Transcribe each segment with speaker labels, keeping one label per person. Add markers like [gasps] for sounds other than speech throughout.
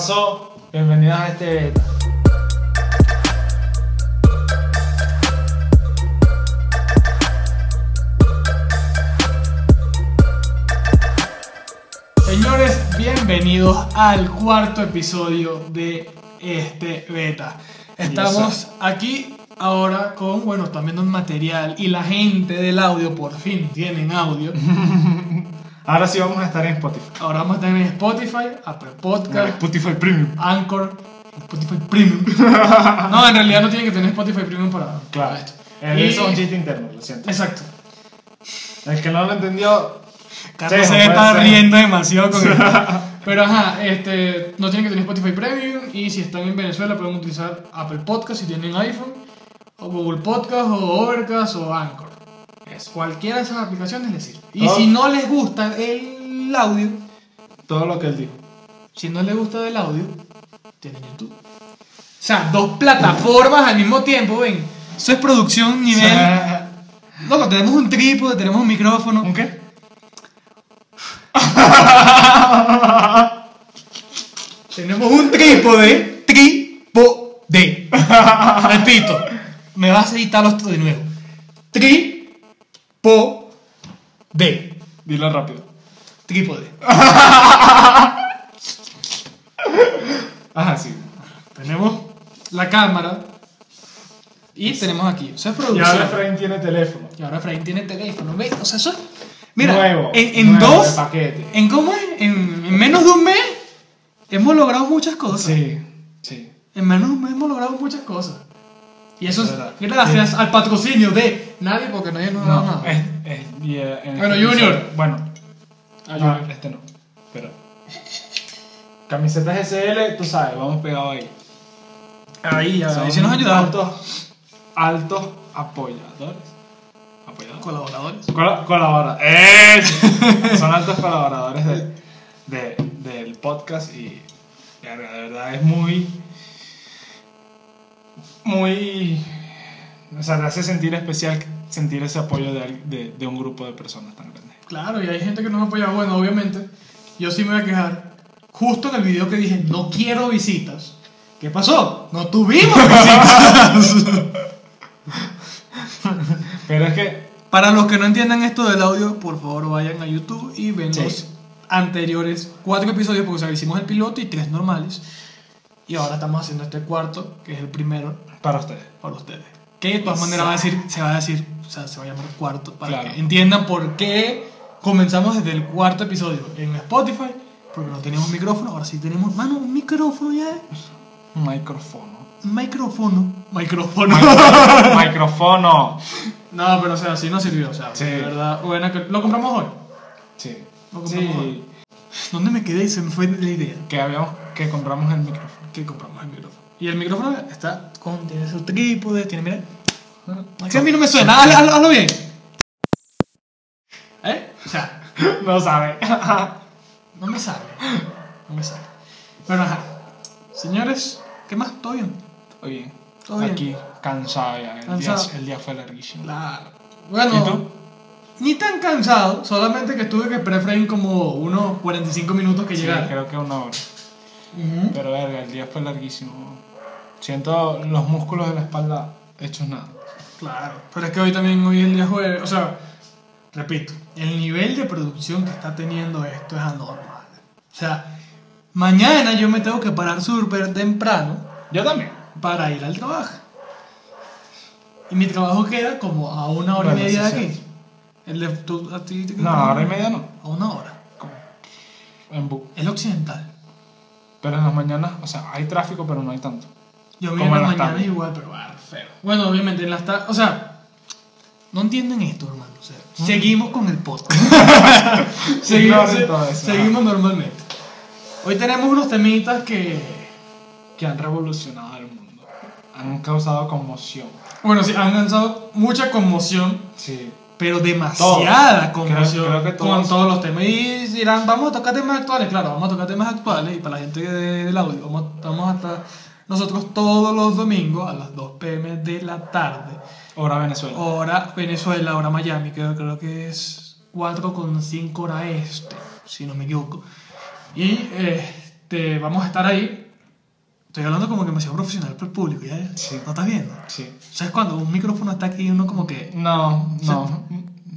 Speaker 1: pasó? Bienvenidos a este beta. Señores, bienvenidos al cuarto episodio de este beta. Estamos aquí ahora con, bueno, están viendo un material y la gente del audio por fin tienen audio.
Speaker 2: Ahora sí vamos a estar en Spotify.
Speaker 1: Ahora vamos a tener Spotify, Apple Podcast,
Speaker 2: Spotify Premium.
Speaker 1: Anchor, Spotify
Speaker 2: [laughs]
Speaker 1: Premium. No, en realidad no tienen que tener Spotify Premium para, para
Speaker 2: Claro.
Speaker 1: esto.
Speaker 2: Eh,
Speaker 1: Y-
Speaker 2: Eso es un chiste interno, lo siento.
Speaker 1: Exacto.
Speaker 2: El que no lo entendió,
Speaker 1: Carlos
Speaker 2: Sí,
Speaker 1: se
Speaker 2: puede
Speaker 1: está
Speaker 2: ser.
Speaker 1: riendo demasiado con esto. [laughs] Pero ajá, este, no tienen que tener Spotify Premium y si están en Venezuela pueden utilizar Apple Podcast si tienen iPhone, o Google Podcast, o Overcast, o Anchor. Es- cualquiera de esas aplicaciones les sirve. Y
Speaker 2: Todo.
Speaker 1: si no les gusta el audio,
Speaker 2: todo lo que él dijo.
Speaker 1: si no les gusta el audio, tienen YouTube. O sea, dos plataformas al mismo tiempo, ven. Eso es producción
Speaker 2: O
Speaker 1: nivel...
Speaker 2: sea,
Speaker 1: Loco, tenemos un trípode, tenemos un
Speaker 2: [laughs]
Speaker 1: micrófono.
Speaker 2: ¿Un qué?
Speaker 1: Tenemos un trípode. Trípode. [laughs] Repito. Me vas a editar esto de nuevo. Trípode.
Speaker 2: Dilo rápido.
Speaker 1: Trípode.
Speaker 2: Ajá, sí.
Speaker 1: Tenemos la cámara. Y tenemos aquí. Eso es
Speaker 2: Y
Speaker 1: producción.
Speaker 2: ahora Efraín tiene teléfono.
Speaker 1: Y ahora Frank tiene teléfono. ¿Ve? O sea, eso es- Mira,
Speaker 2: Nuevo,
Speaker 1: en, en
Speaker 2: nuevo,
Speaker 1: dos.
Speaker 2: de paquete.
Speaker 1: ¿En cómo es? En, en menos de un mes hemos logrado muchas cosas.
Speaker 2: Sí, sí.
Speaker 1: En menos de un mes hemos logrado muchas cosas. Y eso es
Speaker 2: Es verdad.
Speaker 1: gracias al patrocinio de nadie, porque nadie nos ha dado nada.
Speaker 2: es- es- y, eh, en
Speaker 1: Bueno,
Speaker 2: este
Speaker 1: Junior.
Speaker 2: episodio- Bueno,
Speaker 1: Ah,
Speaker 2: ah,
Speaker 1: yo-
Speaker 2: este no. Pero. Camisetas SL, tú sabes, vamos pegado ahí.
Speaker 1: Ahí, ya,
Speaker 2: Son
Speaker 1: ahí sí nos ayudaron.
Speaker 2: Altos, altos apoyadores. Apoyadores.
Speaker 1: Colaboradores.
Speaker 2: Col- colabora- ¡Eh! Son altos colaboradores de- de- del podcast y verga, de verdad es muy. Muy. O sea, te hace sentir especial sentir ese apoyo de, al- de- de un grupo de personas tan grande.
Speaker 1: Claro, y hay gente que nos apoya. Bueno, obviamente, yo sí me voy a quejar. Justo en el video que dije, no quiero visitas. ¿Qué pasó? No tuvimos visitas.
Speaker 2: [laughs] Pero es que.
Speaker 1: Para los que no entiendan esto del audio, por favor vayan a YouTube y ven
Speaker 2: Sí.
Speaker 1: los anteriores cuatro episodios, porque o sea, hicimos el piloto y tres normales. Y ahora estamos haciendo este cuarto, que es el primero
Speaker 2: Para ustedes.
Speaker 1: para ustedes. Que de todas maneras va a decir, se va a decir, o sea, se va a llamar cuarto, para
Speaker 2: Claro.
Speaker 1: que entiendan por qué comenzamos desde el cuarto episodio en Spotify, porque no teníamos micrófono, ahora sí tenemos, mano, un micrófono ya,
Speaker 2: Micrófono.
Speaker 1: un micrófono, micrófono. [laughs]
Speaker 2: Micrófono.
Speaker 1: no, pero o sea, sí nos sirvió, o sea,
Speaker 2: Sí.
Speaker 1: de verdad, bueno, que- lo compramos hoy.
Speaker 2: Sí.
Speaker 1: Lo compramos hoy.
Speaker 2: Sí.
Speaker 1: ¿Dónde me quedé? Se me fue la idea.
Speaker 2: Que habíamos. Que compramos el micrófono.
Speaker 1: Que compramos el micrófono. Y el micrófono está con, tiene su trípode, tiene, mira.
Speaker 2: Ay,
Speaker 1: Que a mí no me suena, hazlo, hazlo- hazlo bien. ¿Eh? O sea,
Speaker 2: [laughs] No sabe.
Speaker 1: no me sale. No me sale. Pero ajá. Señores, ¿qué más? ¿Todo bien?
Speaker 2: Muy bien.
Speaker 1: Todo bien.
Speaker 2: Aquí, cansado ya. El,
Speaker 1: Cansado.
Speaker 2: Día, el día fue larguísimo.
Speaker 1: Claro.
Speaker 2: ¿Y tú?
Speaker 1: Bueno, ni tan cansado, solamente que tuve que esperar a Efraín como unos 45 minutos que
Speaker 2: Sí,
Speaker 1: llegara.
Speaker 2: creo que una hora.
Speaker 1: Ujú.
Speaker 2: Pero verga, el día fue larguísimo. Siento los músculos de la espalda hechos nada.
Speaker 1: Claro, pero es que hoy también, hoy es el día jueves, o sea, repito, el nivel de producción que está teniendo esto es anormal. O sea, mañana yo me tengo que parar súper temprano
Speaker 2: Yo también.
Speaker 1: para ir al trabajo. Y mi trabajo queda como a una hora
Speaker 2: Bueno,
Speaker 1: y media de
Speaker 2: sí,
Speaker 1: aquí.
Speaker 2: sí.
Speaker 1: El de tú- a ti te queda
Speaker 2: No,
Speaker 1: como-
Speaker 2: hora y media no.
Speaker 1: A una hora.
Speaker 2: Como En bu-
Speaker 1: El occidental.
Speaker 2: Pero en las mañanas, o sea, hay tráfico, pero no hay tanto.
Speaker 1: Yo
Speaker 2: Como
Speaker 1: me en las
Speaker 2: en las
Speaker 1: mañanas
Speaker 2: tardes.
Speaker 1: igual, pero ah, feo. Bueno, obviamente en las tardes. O sea, no entienden esto, hermano. o sea,
Speaker 2: ¿Mm?
Speaker 1: Seguimos con el podcast. [laughs]
Speaker 2: [laughs]
Speaker 1: seguimos
Speaker 2: Ignoren todo eso,
Speaker 1: seguimos normalmente. Hoy tenemos unos temitas que.
Speaker 2: Que han revolucionado el mundo. Han causado conmoción.
Speaker 1: Bueno, sí, han lanzado mucha conmoción.
Speaker 2: Sí.
Speaker 1: Pero demasiada
Speaker 2: Todo.
Speaker 1: conmoción
Speaker 2: Creo- creo que
Speaker 1: con
Speaker 2: todos.
Speaker 1: todos los temas. Y dirán, vamos a tocar temas actuales. Claro, vamos a tocar temas actuales. Y para la gente de- del audio, vamos, estamos hasta nosotros todos los domingos a las 2 pm de la tarde.
Speaker 2: Hora Venezuela.
Speaker 1: Hora Venezuela, hora Miami, que creo que es 4,5 hora este, si no me equivoco. Y eh, te vamos a estar ahí. Estoy hablando como que me sea profesional para el público, ¿ya?
Speaker 2: Sí.
Speaker 1: ¿No estás viendo?
Speaker 2: Sí.
Speaker 1: ¿Sabes cuando un micrófono está aquí y uno como que...
Speaker 2: No, no. [laughs]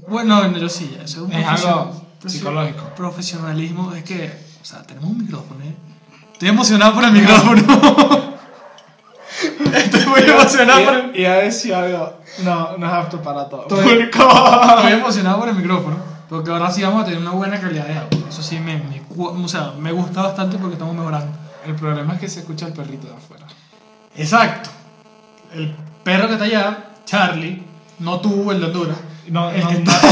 Speaker 1: Bueno, no, yo sí, ya, eso es un
Speaker 2: Es
Speaker 1: profesio-
Speaker 2: algo
Speaker 1: profesio-
Speaker 2: psicológico.
Speaker 1: Profesionalismo, es que, o sea, tenemos un micrófono, ¿eh? Estoy emocionado por el micrófono. [laughs] Estoy muy emocionado por el...
Speaker 2: Y, y a decir algo. No, no es apto para todo.
Speaker 1: Estoy-
Speaker 2: Público.
Speaker 1: Estoy emocionado por el micrófono, porque ahora sí vamos a tener una buena calidad de audio. Eso sí, me, me cu- o sea, me gusta bastante porque estamos mejorando.
Speaker 2: [laughs] El problema es que se escucha el perrito de afuera.
Speaker 1: Exacto. El perro que está allá, Charlie, no tuvo el de Honduras.
Speaker 2: No,
Speaker 1: El
Speaker 2: no,
Speaker 1: que
Speaker 2: no
Speaker 1: está-
Speaker 2: ha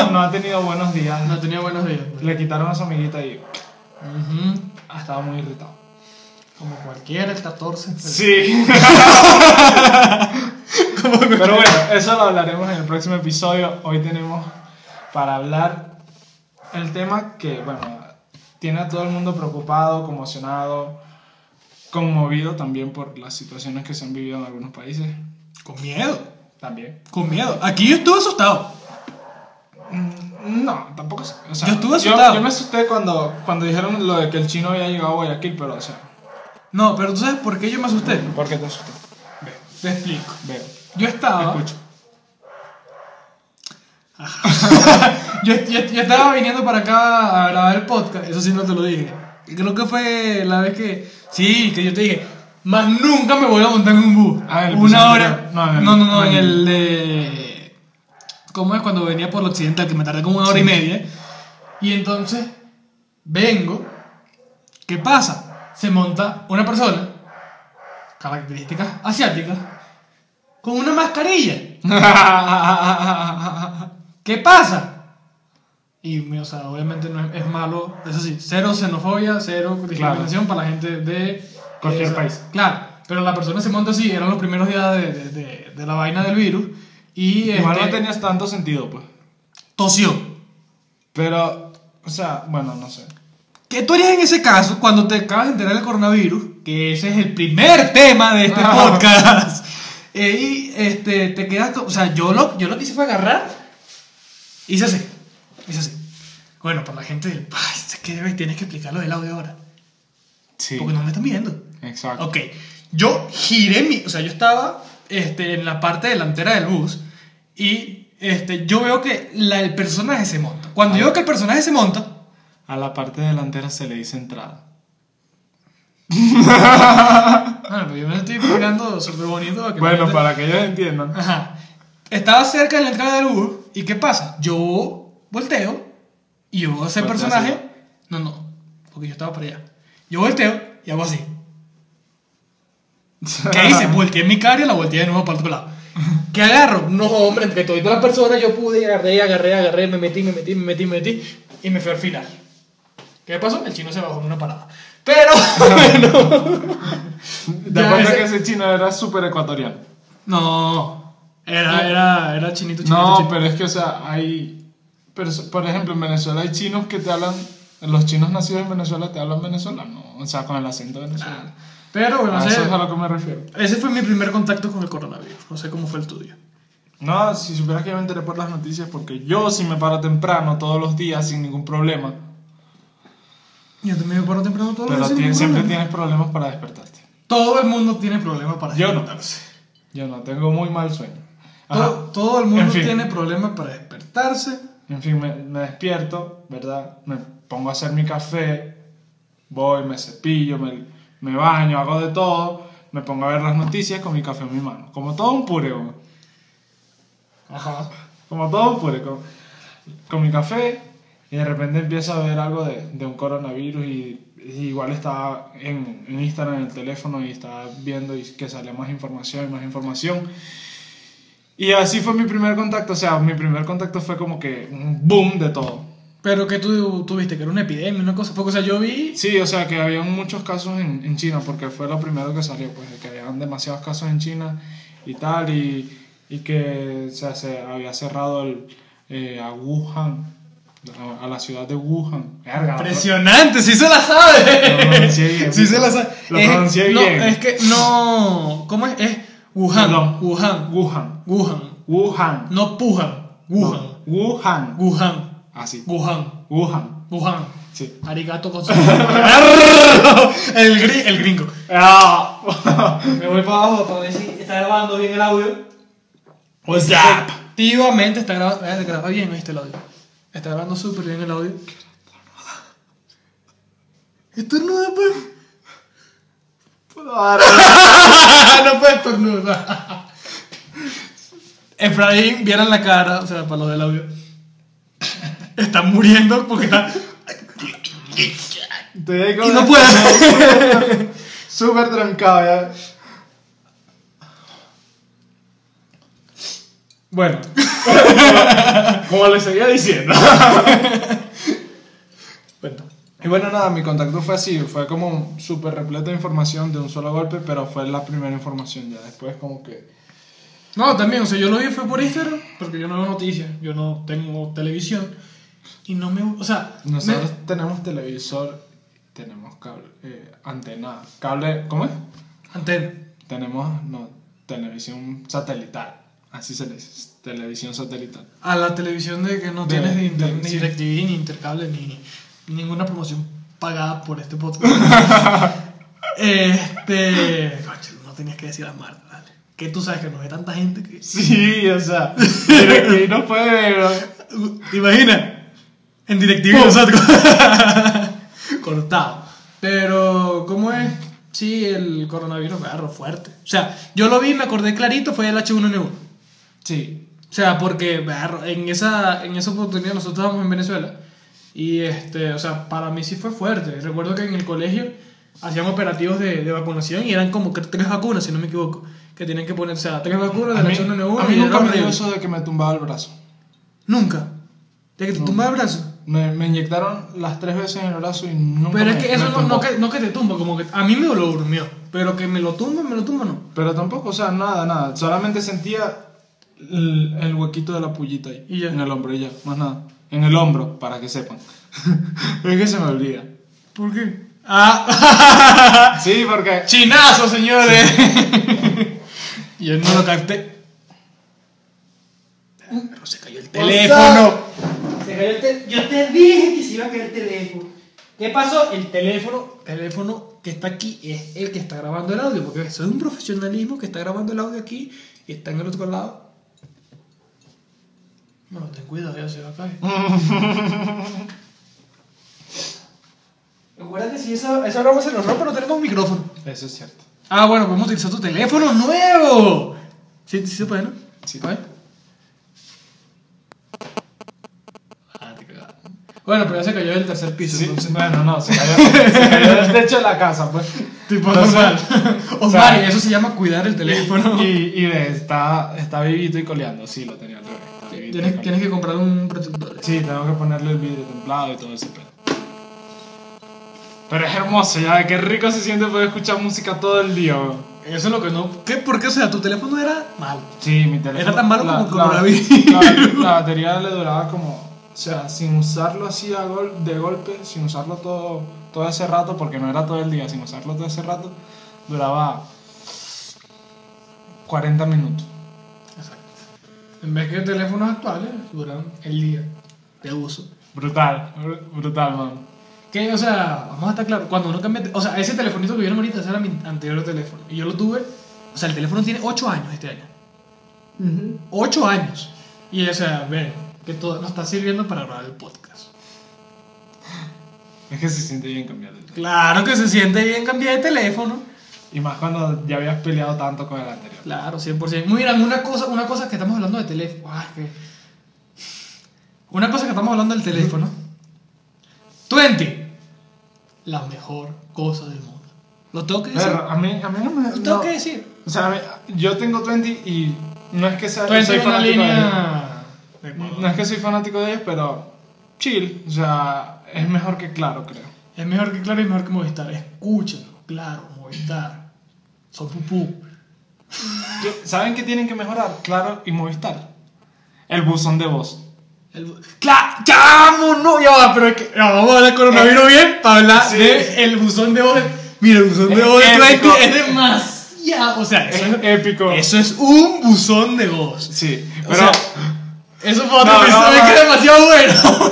Speaker 2: tenido, no ha tenido buenos días.
Speaker 1: No tenía buenos días. pues.
Speaker 2: Le quitaron a su amiguita y
Speaker 1: Ujú.
Speaker 2: ah, estaba muy irritado.
Speaker 1: Como cualquiera, el 14.
Speaker 2: [laughs]
Speaker 1: pero-
Speaker 2: Sí. Pero bueno, eso lo hablaremos en el próximo episodio. Hoy tenemos para hablar el tema que, bueno, tiene a todo el mundo preocupado, conmocionado, conmovido también por las situaciones que se han vivido en algunos países.
Speaker 1: Con miedo.
Speaker 2: También.
Speaker 1: Con miedo. Aquí yo estuve asustado.
Speaker 2: Mm, No, tampoco. es- o sea,
Speaker 1: Yo estuve asustado.
Speaker 2: Yo, me asusté cuando, cuando dijeron lo de que el chino había llegado a Guayaquil, pero, o sea,
Speaker 1: No, pero tú sabes por qué yo me asusté.
Speaker 2: ¿por qué te asusté? Veo,
Speaker 1: Te explico.
Speaker 2: veo,
Speaker 1: Yo estaba.
Speaker 2: escucho.
Speaker 1: [laughs] Yo, yo, yo estaba viniendo para acá a grabar el podcast. Eso sí, no te lo dije. Creo que fue la vez que. Sí, que yo te dije. Más nunca me voy a montar en un bus.
Speaker 2: Ah, en el
Speaker 1: Una
Speaker 2: episodio
Speaker 1: hora.
Speaker 2: anterior.
Speaker 1: No, no, no, no, en el de. ¿Cómo es cuando venía por el occidental? Que me tardé como una hora y
Speaker 2: Sí.
Speaker 1: media. Y entonces. Vengo. ¿Qué pasa? Se monta una persona. Características asiáticas. Con una mascarilla. [laughs] ¿Qué pasa? Y, me- o sea, obviamente no es, es malo, eso sí, cero xenofobia, cero discriminación para la gente de...
Speaker 2: Cualquier
Speaker 1: o sea,
Speaker 2: país.
Speaker 1: Claro, pero la persona se monta así, eran los primeros días de, de- de- de la vaina del virus, y
Speaker 2: Igual
Speaker 1: este,
Speaker 2: no tenías tanto sentido, pues.
Speaker 1: tosió.
Speaker 2: Pero, o sea, bueno, no sé.
Speaker 1: ¿Qué tú harías en ese caso cuando te acabas de enterar del coronavirus? Que ese es el primer tema de este
Speaker 2: Ah.
Speaker 1: podcast. [laughs] Eh, y este, te quedas con- O sea, yo lo, yo lo que hice fue agarrar. Hice así. Hice así. Bueno, para la gente del. Ay, es que güey, tienes que explicarlo del audio ahora.
Speaker 2: Sí.
Speaker 1: Porque no me están viendo.
Speaker 2: Exacto.
Speaker 1: Ok. Yo giré mi. O sea, yo estaba este, en la parte delantera del bus. Y este, yo veo que la- el personaje se monta. Cuando yo veo que el personaje se monta.
Speaker 2: A la parte delantera se le dice entrada.
Speaker 1: Ah, pero yo me lo estoy explicando súper bonito. para que la
Speaker 2: Bueno,
Speaker 1: gente-
Speaker 2: para que ellos [laughs] entiendan.
Speaker 1: Ajá. Estaba cerca de la entrada del bus. ¿Y qué pasa? Yo volteo y yo veo a ese
Speaker 2: Volteas
Speaker 1: personaje.
Speaker 2: allá.
Speaker 1: No, no, porque yo estaba para allá. Yo volteo y hago así.
Speaker 2: [laughs]
Speaker 1: ¿Qué hice? Volteé mi cara y la volteé de nuevo para el otro lado. ¿Qué agarro? No, hombre, entre todas las personas yo pude y agarré, agarré, agarré, me metí, me metí, me metí, me metí y me fui al final. ¿Qué pasó? El chino se bajó en una parada. Pero,
Speaker 2: [laughs]
Speaker 1: [laughs] bueno.
Speaker 2: De
Speaker 1: Ya,
Speaker 2: acuerdo
Speaker 1: ese-
Speaker 2: que ese chino era súper ecuatoriano.
Speaker 1: No, era, era, era chinito, chinito.
Speaker 2: No,
Speaker 1: chinito.
Speaker 2: pero es que, o sea, hay. perso- Por ejemplo, en Venezuela hay chinos que te hablan. Los chinos nacidos en Venezuela te hablan venezolano. O sea, con el acento venezolano.
Speaker 1: Pero Ah,
Speaker 2: A
Speaker 1: bueno, ese,
Speaker 2: Ah, eso es a lo que me refiero.
Speaker 1: ese fue mi primer contacto con el coronavirus. No sé cómo fue el tuyo.
Speaker 2: No, si supieras que yo me enteré por las noticias, porque yo si me paro temprano todos los días sin ningún problema,
Speaker 1: Yo también me paro temprano todos
Speaker 2: pero
Speaker 1: los días.
Speaker 2: tien-
Speaker 1: sin
Speaker 2: siempre
Speaker 1: ningún problema.
Speaker 2: tienes problemas para despertarte.
Speaker 1: Todo el mundo tiene problemas para
Speaker 2: Yo no.
Speaker 1: despertarse.
Speaker 2: Yo no, tengo muy mal sueño. Ajá.
Speaker 1: Todo, todo el mundo
Speaker 2: En fin.
Speaker 1: tiene problemas para despertarse.
Speaker 2: En fin, me, me despierto, ¿verdad? Me pongo a hacer mi café, voy, me cepillo, me, me baño, hago de todo, me pongo a ver las noticias con mi café en mi mano. Como todo un puré, weón.
Speaker 1: Ajá.
Speaker 2: como todo un puré, con, con mi café y de repente empiezo a ver algo de, de un coronavirus y, y igual estaba en, en Instagram en el teléfono y estaba viendo y que salía más información y más información. Y así fue mi primer contacto, o sea, mi primer contacto fue como que un boom de todo.
Speaker 1: Pero que tú tuviste que era una epidemia, una cosa. Porque, o sea, yo vi.
Speaker 2: Sí, o sea, que había muchos casos en, en China, porque fue lo primero que salió, pues, de que habían demasiados casos en China y tal, y, y que o sea, se había cerrado el, eh, a Wuhan, a, a la ciudad de Wuhan. Verga, la-
Speaker 1: Impresionante, sí se la sabe.
Speaker 2: Lo pronuncié bien.
Speaker 1: Sí se la sabe.
Speaker 2: Lo
Speaker 1: Es-
Speaker 2: pronuncié
Speaker 1: no,
Speaker 2: bien.
Speaker 1: Es que no. ¿Cómo es? Es Wuhan.
Speaker 2: Perdón.
Speaker 1: Wuhan.
Speaker 2: Wuhan.
Speaker 1: Wuhan.
Speaker 2: Wuhan.
Speaker 1: No Puhan. Wuhan.
Speaker 2: Wuhan.
Speaker 1: Wuhan.
Speaker 2: Así.
Speaker 1: Wuhan.
Speaker 2: Wuhan.
Speaker 1: Wuhan.
Speaker 2: Sí.
Speaker 1: [laughs] Arigato con su- el, gri- el gringo. Ah.
Speaker 2: [laughs]
Speaker 3: Me voy para abajo para ver si está grabando bien el audio.
Speaker 2: What's
Speaker 1: Efectivamente está grabando. eh, graba bien, oíste el audio. Está grabando súper bien el audio. Estornuda, pues. [laughs] no puede estornudar. Efraín, vieran la cara, o sea, para los del audio. Está muriendo porque está. Y no puede.
Speaker 2: Súper trancado ya. Bueno, como les seguía diciendo.
Speaker 1: [laughs] Cuenta.
Speaker 2: Y bueno, nada, mi contacto fue así, fue como súper repleto de información de un solo golpe, pero fue la primera información ya. Después como que...
Speaker 1: No, también, o sea, yo lo vi fue por Instagram, porque yo no veo noticias, yo no tengo televisión. Y no me. O sea, me-
Speaker 2: Nosotros tenemos televisor, tenemos cable, eh, antena, cable, ¿cómo es?
Speaker 1: antena.
Speaker 2: Tenemos, no, televisión satelital, así se le dice, televisión satelital.
Speaker 1: A la televisión de que no
Speaker 2: De-
Speaker 1: tienes ni, inter-
Speaker 2: de-
Speaker 1: ni
Speaker 2: sí.
Speaker 1: DirecTV, ni Intercable, ni ninguna promoción pagada por este podcast. [laughs] este. Concho, no tenías que decir a Marta, dale. Que tú sabes que nos ve tanta gente que.
Speaker 2: Sí, o sea, DirecTV no puede ver.
Speaker 1: ¿Te imaginas? En DirecTV nosotros. [laughs] Cortado. Pero, ¿cómo es? Sí, el coronavirus me agarró fuerte. O sea, yo lo vi y me acordé clarito, fue el H1N1.
Speaker 2: Sí,
Speaker 1: O sea, porque me agarró- en esa, en esa oportunidad nosotros estábamos en Venezuela. Y, este, o sea, para mí sí fue fuerte. Recuerdo que en el colegio hacían operativos de, de vacunación y eran como que tres vacunas, si no me equivoco. Que tienen que poner, o sea, tres vacunas
Speaker 2: a
Speaker 1: del
Speaker 2: mí,
Speaker 1: H1N1.
Speaker 2: a mí
Speaker 1: y era
Speaker 2: nunca me dio
Speaker 1: horrible.
Speaker 2: eso de que me tumbaba el brazo.
Speaker 1: Nunca. De que te tumba el brazo.
Speaker 2: Me, me inyectaron las tres veces en el brazo y nunca
Speaker 1: Pero
Speaker 2: me,
Speaker 1: es que
Speaker 2: me
Speaker 1: eso no,
Speaker 2: tumbó.
Speaker 1: no que, no que te tumba, como que a mí me lo durmió. Pero que me lo tumba, me lo tumba, no.
Speaker 2: Pero tampoco, o sea, nada, nada. Solamente sentía el, el huequito de la pullita ahí.
Speaker 1: Y ya.
Speaker 2: En el hombro, y ya, más nada. En el hombro, para que sepan. [laughs] es que se me olvida.
Speaker 1: ¿Por qué? ¡Ah! [laughs]
Speaker 2: Sí, porque.
Speaker 1: ¡Chinazo, señores! [laughs] y él no lo capté. Pero se cayó el teléfono.
Speaker 3: Se cayó el tel- Yo te dije que se iba a caer el teléfono. ¿Qué pasó? El teléfono.
Speaker 1: teléfono que está aquí es el que está grabando el audio, porque eso es un profesionalismo que está grabando el audio aquí y está en el otro lado. Bueno, ten cuidado, ya se va a caer.
Speaker 3: Recuerda que si eso.
Speaker 1: Esa broma se nos rompe, no tenemos micrófono.
Speaker 2: Eso es cierto.
Speaker 1: Ah, bueno, podemos utilizar tu teléfono nuevo. Sí, sí se puede, ¿no?
Speaker 2: Sí.
Speaker 1: A ver. Ah, te cagaste. Bueno, pero ya se cayó del tercer piso,
Speaker 2: Sí,
Speaker 1: entonces.
Speaker 2: bueno, no, se cayó, se cayó del techo de la casa, pues.
Speaker 1: [laughs] Tipo,
Speaker 2: No sé.
Speaker 1: normal.
Speaker 2: O sea,
Speaker 1: [laughs] Osmar, y eso se llama cuidar el [laughs] teléfono.
Speaker 2: Y, y ve, está, está vivito y coleando, sí, lo tenía al revés, está vivito y
Speaker 1: Tienes,
Speaker 2: coleando.
Speaker 1: tienes que comprar un protector.
Speaker 2: Sí, tengo que ponerle el vidrio templado y todo ese pedo. Pero es hermoso, ya, qué rico se siente poder escuchar música todo el día. weón.
Speaker 1: Eso es lo que no. ¿Qué? ¿Por qué? O sea, tu teléfono era mal.
Speaker 2: Sí, mi teléfono.
Speaker 1: Era tan malo como el coronavirus.
Speaker 2: la- la batería le duraba como. O sea, sin usarlo así a gol, de golpe, sin usarlo todo, todo ese rato, porque no era todo el día, sin usarlo todo ese rato, duraba 40 minutos.
Speaker 1: Exacto. En vez que teléfonos actuales duran el día de uso.
Speaker 2: Brutal, br- brutal, man.
Speaker 1: Que, o sea, vamos a estar claros, cuando uno cambia, o sea, ese telefonito que vieron ahorita, ese era mi anterior teléfono. Y yo lo tuve, o sea, el teléfono tiene 8 años este año. 8 años. Y, o sea, ven, que todo nos está sirviendo para grabar el podcast.
Speaker 2: Es que se siente bien cambiar de teléfono.
Speaker 1: Claro que se siente bien cambiar de teléfono.
Speaker 2: Y más cuando ya habías peleado tanto con el anterior.
Speaker 1: Claro, 100%. Mira, una cosa, una cosa que estamos hablando de teléfono. ah, que- Una cosa que estamos hablando del teléfono. 20. La mejor cosa del mundo. Lo tengo que decir.
Speaker 2: Pero a mí, a mí no me.
Speaker 1: Lo tengo
Speaker 2: no.
Speaker 1: que decir.
Speaker 2: O sea, a mí- yo tengo 20 y no es que sea.
Speaker 1: Tú
Speaker 2: soy
Speaker 1: entras en una
Speaker 2: fanático de ellos.
Speaker 1: línea.
Speaker 2: No es que soy fanático de ellos, pero. Chill. O sea, es mejor que claro, creo.
Speaker 1: Es mejor que Claro y mejor que Movistar. Escúchenlo, claro, Movistar. Son pupú.
Speaker 2: Yo- ¿Saben qué tienen que mejorar? Claro y Movistar. El buzón de voz.
Speaker 1: El... ¡Claro! ¡Ya no! Ya va, pero es que. ya, vamos a hablar de coronavirus bien para hablar
Speaker 2: Eh, Sí.
Speaker 1: de el buzón de voz. Mira, el buzón de
Speaker 2: Es
Speaker 1: voz de
Speaker 2: épico.
Speaker 1: 20 es demasiado. O sea,
Speaker 2: Es
Speaker 1: eso es,
Speaker 2: épico.
Speaker 1: eso es un buzón de voz.
Speaker 2: Sí,
Speaker 1: O
Speaker 2: pero.
Speaker 1: sea, Eso fue otro
Speaker 2: No, no,
Speaker 1: episodio
Speaker 2: no.
Speaker 1: que es demasiado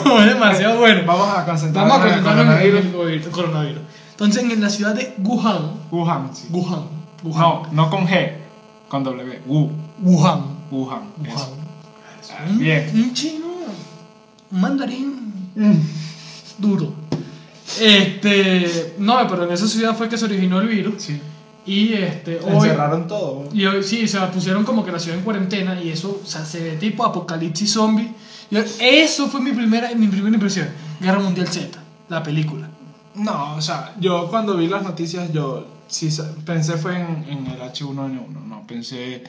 Speaker 1: bueno. [laughs] es demasiado bueno.
Speaker 2: Vamos a concentrarnos
Speaker 1: Vamos a
Speaker 2: en el
Speaker 1: concentrarnos en
Speaker 2: coronavirus.
Speaker 1: el COVID- coronavirus. Entonces, en la ciudad de Wuhan,
Speaker 2: Wuhan, sí.
Speaker 1: Wuhan, Wuhan,
Speaker 2: No, no con G, con W. Wu,
Speaker 1: Wuhan,
Speaker 2: Wuhan. eso.
Speaker 1: Wuhan.
Speaker 2: Ah, Bien.
Speaker 1: Un chino, un mandarín duro. Este, no, pero en esa ciudad fue que se originó el virus
Speaker 2: Sí.
Speaker 1: y este hoy
Speaker 2: Encerraron todo.
Speaker 1: y hoy sí, o sea, pusieron como que la ciudad en cuarentena y eso, o sea, se ve tipo apocalipsis zombie. Yo- eso fue mi primera mi primera impresión, Guerra Mundial Z, la película.
Speaker 2: No, o sea, yo cuando vi las noticias, yo sí sa- pensé fue en, en el H1N1, no pensé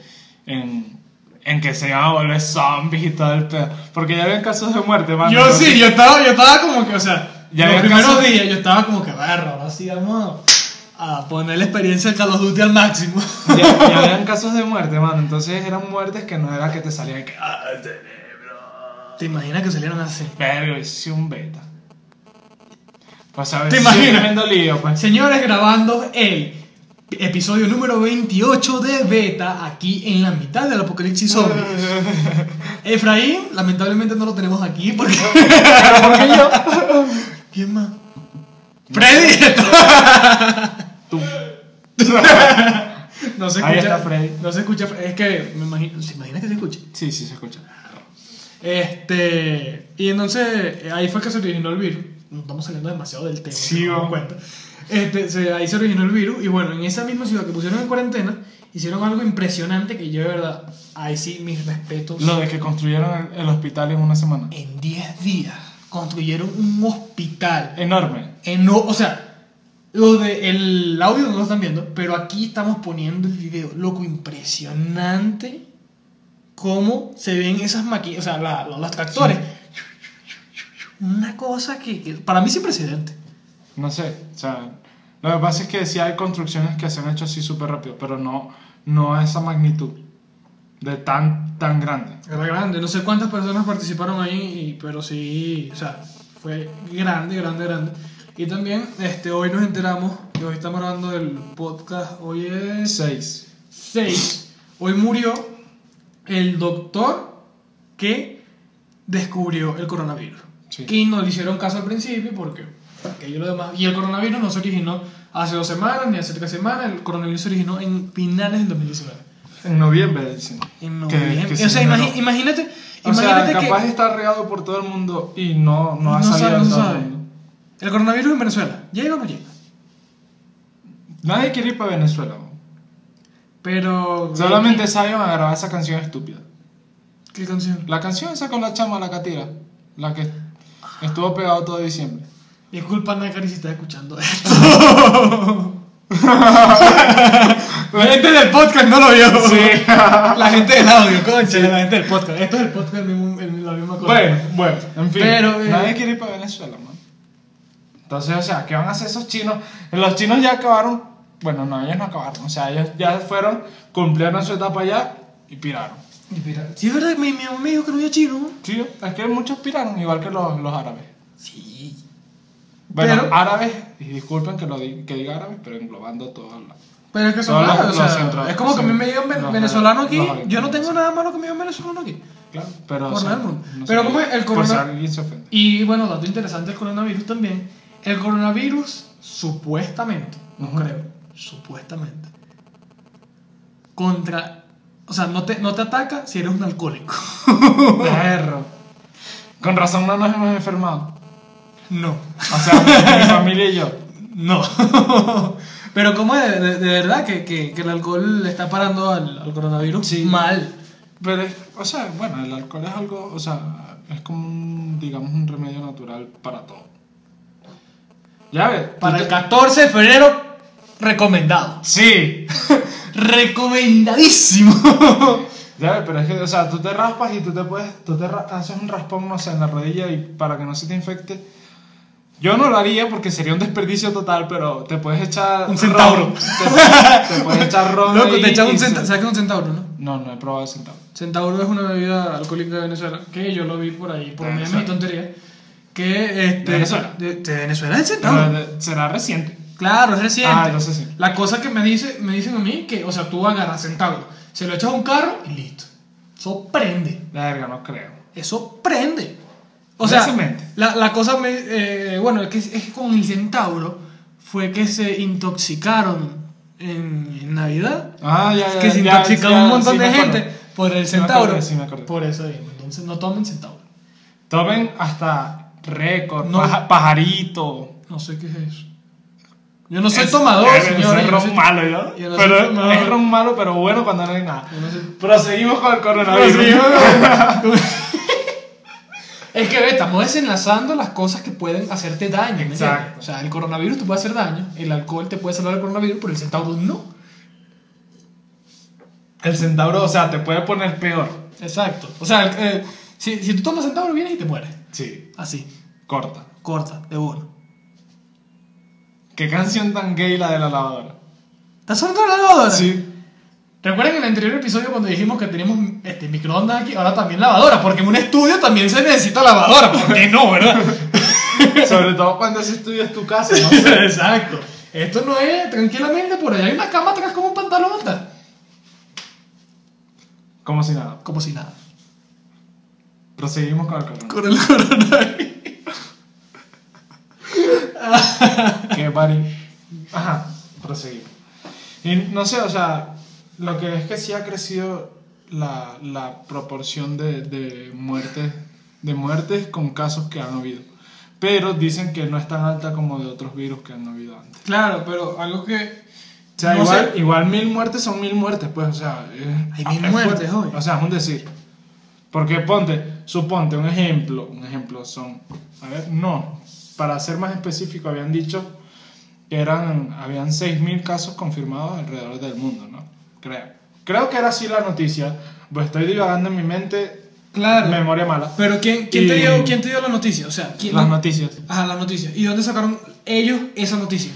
Speaker 2: en, en que se iban a volver zombies y todo el pedo. Porque ya habían casos de muerte, mano.
Speaker 1: Yo sí, yo estaba, yo estaba como que, o sea,
Speaker 2: Ya
Speaker 1: los
Speaker 2: había
Speaker 1: primeros
Speaker 2: casos-
Speaker 1: días yo estaba como que, barro, ahora sí vamos a poner la experiencia de Call of Duty al máximo.
Speaker 2: [laughs] Ya, ya habían casos de muerte, mano. Entonces eran muertes que no era que te salían y que. ¡Ah, el cerebro!
Speaker 1: ¿Te imaginas que salieron así?
Speaker 2: Pero hice un beta. Pues a ver,
Speaker 1: ¿Te
Speaker 2: sí,
Speaker 1: imaginas?
Speaker 2: tremendo lío, pues.
Speaker 1: Señores, grabando el episodio número 28 de Beta, aquí en la mitad del Apocalipsis Zombie.
Speaker 2: [laughs] Ah.
Speaker 1: Efraín, lamentablemente no lo tenemos aquí porque... yo? [laughs] ¿Quién más? Freddy.
Speaker 2: Tú.
Speaker 1: [laughs] No se escucha.
Speaker 2: Ahí está Freddy.
Speaker 1: No se escucha. Fre- Es que me imagino. ¿Se imagina que se escuche?
Speaker 2: Sí, sí, se escucha.
Speaker 1: Este. Y entonces eh, ahí fue que se originó el virus. Nos estamos saliendo demasiado del tema.
Speaker 2: Sí,
Speaker 1: si no me
Speaker 2: vamos.
Speaker 1: cuenta. Este, se- ahí se originó el virus. Y bueno, en esa misma ciudad que pusieron en cuarentena, hicieron algo impresionante que yo de verdad. Ahí sí, mis respetos.
Speaker 2: Lo de que construyeron el, el hospital en una semana.
Speaker 1: En 10 días construyeron un hospital.
Speaker 2: Enorme.
Speaker 1: En, Eh, no- o sea, lo de el audio no lo están viendo, pero aquí estamos poniendo el video. Loco, impresionante cómo se ven esas máquinas, o sea, la- la- los tractores. Una cosa que, que para mí es precedente.
Speaker 2: No sé, o sea, lo que pasa es que sí hay construcciones que se han hecho así súper rápido, pero no, no a esa magnitud de tan, tan grande.
Speaker 1: Era grande, no sé cuántas personas participaron ahí, y- pero sí, o sea, fue grande, grande, grande. Y también, este, hoy nos enteramos, que hoy estamos grabando el podcast, hoy es...
Speaker 2: 6.
Speaker 1: 6. Hoy murió el doctor que descubrió el coronavirus.
Speaker 2: Sí.
Speaker 1: Que no le hicieron caso al principio porque aquello lo demás. Y el coronavirus no se originó hace dos semanas ni hace tres semanas. El coronavirus se originó en finales del 2019.
Speaker 2: En noviembre, dicen.
Speaker 1: En
Speaker 2: Que-
Speaker 1: noviembre.
Speaker 2: que se
Speaker 1: o sea,
Speaker 2: generó.
Speaker 1: imagi- imagínate,
Speaker 2: O sea,
Speaker 1: imagínate
Speaker 2: capaz
Speaker 1: que
Speaker 2: está regado por todo el mundo y no, no ha
Speaker 1: No
Speaker 2: salido
Speaker 1: sabe,
Speaker 2: de
Speaker 1: no
Speaker 2: todo
Speaker 1: sabe.
Speaker 2: el mundo.
Speaker 1: el coronavirus en Venezuela llega o no llega.
Speaker 2: Nadie quiere ir para Venezuela. ¿no?
Speaker 1: Pero.
Speaker 2: Solamente Zion a grabar esa canción estúpida.
Speaker 1: ¿Qué canción?
Speaker 2: La canción esa con la chama, la catira, la que estuvo pegado todo diciembre.
Speaker 1: Disculpa, Nakari, si estás escuchando [laughs] esto.
Speaker 2: La gente del
Speaker 1: Este podcast no lo vio.
Speaker 2: Sí.
Speaker 1: La gente del audio, concha, la gente del podcast. Esto es el podcast, el mismo- el- la misma cosa.
Speaker 2: Bueno, bueno, en fin.
Speaker 1: Pero, eh,
Speaker 2: Nadie quiere ir para Venezuela, man. Entonces, o sea, ¿qué van a hacer esos chinos? Los chinos ya acabaron. Bueno, no, ellos no acabaron. O sea, ellos ya fueron, cumplieron su etapa ya y piraron.
Speaker 1: Y mira, sí, es verdad, mi, mi mamá me dijo que no había chino.
Speaker 2: Sí, es que muchos piraron, igual que los, los árabes.
Speaker 1: Sí.
Speaker 2: Bueno,
Speaker 1: Pero-
Speaker 2: árabes, y disculpen que, lo di- que diga árabes, pero englobando todo. la-
Speaker 1: Pero es que son
Speaker 2: Son los-
Speaker 1: raros, o sea,
Speaker 2: los centros-
Speaker 1: es como que a mí me digan
Speaker 2: los-
Speaker 1: ve-
Speaker 2: los-
Speaker 1: venezolano aquí.
Speaker 2: los orientales.
Speaker 1: Yo no tengo nada malo que me digan venezolano aquí.
Speaker 2: Claro, pero.
Speaker 1: Por
Speaker 2: o sea,
Speaker 1: nada del mundo.
Speaker 2: no
Speaker 1: Pero
Speaker 2: sé,
Speaker 1: ¿cómo es el
Speaker 2: Por si
Speaker 1: corona-
Speaker 2: alguien se ofende.
Speaker 1: [laughs] Y bueno, dato interesante del coronavirus también. El coronavirus, supuestamente, no
Speaker 2: Ujú.
Speaker 1: creo, supuestamente, contra. O sea, no te, no te ataca si eres un alcohólico. [laughs]
Speaker 2: Perro. Con razón no nos hemos enfermado.
Speaker 1: No.
Speaker 2: O sea, mi familia y yo.
Speaker 1: No. [laughs] Pero como de, de- de verdad que, que- que el alcohol le está parando al, al coronavirus
Speaker 2: Sí.
Speaker 1: mal.
Speaker 2: Pero, es- o sea, bueno, el alcohol es algo, o sea, es como, un, digamos, un remedio natural para todo. Ya ves. tú
Speaker 1: Para
Speaker 2: te-
Speaker 1: el 14 de febrero, recomendado.
Speaker 2: Sí. [laughs]
Speaker 1: Recomendadísimo. [laughs]
Speaker 2: Ya ves, pero es que, o sea, tú te raspas y tú te puedes, tú te ra- haces un raspón, no sé, en la rodilla y para que no se te infecte. Yo no lo haría porque sería un desperdicio total, pero te puedes echar...
Speaker 1: Un centauro.
Speaker 2: ron, te, te puedes
Speaker 1: [laughs]
Speaker 2: echar ron
Speaker 1: Loco,
Speaker 2: ahí
Speaker 1: te echan
Speaker 2: y
Speaker 1: un
Speaker 2: se-
Speaker 1: centauro. ¿Sabes qué es un centauro, no?
Speaker 2: No, no he probado el centauro.
Speaker 1: Centauro es una bebida alcohólica de Venezuela. Que yo lo vi por ahí, por
Speaker 2: De
Speaker 1: medio de mi
Speaker 2: Venezuela.
Speaker 1: tontería. Que este.
Speaker 2: De Venezuela.
Speaker 1: De, de Venezuela es el
Speaker 2: Pero
Speaker 1: centauro.
Speaker 2: de- será reciente.
Speaker 1: Claro, es reciente.
Speaker 2: Ah, entonces sí.
Speaker 1: La cosa que me, dice, me dicen a mí que, o sea, tú agarras centauro, se lo echas a un carro y listo. Sorprende.
Speaker 2: Verga, no creo.
Speaker 1: eso prende. O sea,
Speaker 2: Fácilmente.
Speaker 1: la, la cosa, me, eh, bueno, es que, es que con el centauro fue que se intoxicaron en, en Navidad.
Speaker 2: Ah, ya, ya.
Speaker 1: que se
Speaker 2: ya,
Speaker 1: intoxicó
Speaker 2: ya,
Speaker 1: un montón
Speaker 2: sí me
Speaker 1: de
Speaker 2: acuerdo.
Speaker 1: gente por el
Speaker 2: Sí me acuerdo,
Speaker 1: centauro.
Speaker 2: sí me acuerdo.
Speaker 1: Por eso mismo. Entonces no tomen centauro.
Speaker 2: Tomen hasta récord,
Speaker 1: No.
Speaker 2: paja- pajarito.
Speaker 1: No sé qué es eso. Yo no soy
Speaker 2: Es-
Speaker 1: tomador,
Speaker 2: es-
Speaker 1: señores.
Speaker 2: Es
Speaker 1: yo no soy-
Speaker 2: ron malo, ¿yo?
Speaker 1: yo no soy
Speaker 2: pero
Speaker 1: tomador.
Speaker 2: es ron malo, pero bueno cuando no hay nada.
Speaker 1: yo no soy-
Speaker 2: Proseguimos con el coronavirus.
Speaker 1: [laughs] es que ve, estamos desenlazando las cosas que pueden hacerte daño. ¿me entiendes?
Speaker 2: Exacto.
Speaker 1: O sea, el coronavirus te puede hacer daño, el alcohol te puede salvar el coronavirus, pero el centauro no.
Speaker 2: [laughs] El centauro, o sea, te puede poner peor.
Speaker 1: Exacto. O sea, eh, si, si tú tomas centauro, vienes y te mueres.
Speaker 2: Sí,
Speaker 1: Así,
Speaker 2: corta.
Speaker 1: corta, de uno.
Speaker 2: ¿Qué canción tan gay la de la lavadora?
Speaker 1: ¿Estás sonando la lavadora?
Speaker 2: Sí.
Speaker 1: Recuerden en el anterior episodio cuando dijimos que teníamos este, microondas aquí, ahora también lavadora, porque en un estudio también se necesita lavadora, ¿por qué no,
Speaker 2: [laughs]
Speaker 1: verdad?
Speaker 2: [laughs] Sobre todo cuando ese estudio es tu casa, ¿no? [laughs]
Speaker 1: Exacto. Esto no es tranquilamente por allá hay una cama atrás como un pantalón atrás.
Speaker 2: Como si nada.
Speaker 1: Como si nada.
Speaker 2: Proseguimos con el coronavirus.
Speaker 1: Con el coronavirus.
Speaker 2: que pari. Ajá, proseguimos. Y no sé, o sea, lo que es que sí ha crecido la, la proporción de, de muertes de muertes con casos que han habido. Pero dicen que no es tan alta como de otros virus que han habido antes.
Speaker 1: Claro, pero algo que.
Speaker 2: O sea,
Speaker 1: No
Speaker 2: igual, igual mil muertes son mil muertes, pues, o sea... eh,
Speaker 1: Hay mil
Speaker 2: es
Speaker 1: muertes
Speaker 2: fuerte.
Speaker 1: hoy.
Speaker 2: O sea, es un decir. Porque ponte, suponte, un ejemplo, un ejemplo son... A ver, no, para ser más específico, habían dicho que eran, habían seis mil casos confirmados alrededor del mundo, ¿no? Creo. Creo que era así la noticia, pues estoy divagando en mi mente,
Speaker 1: Claro.
Speaker 2: memoria mala.
Speaker 1: Pero ¿quién, quién, te
Speaker 2: Y-
Speaker 1: dio, ¿quién te dio la noticia? O sea, ¿quién.
Speaker 2: Las noticias.
Speaker 1: Ajá, las noticias. ¿Y dónde sacaron ellos esa noticia?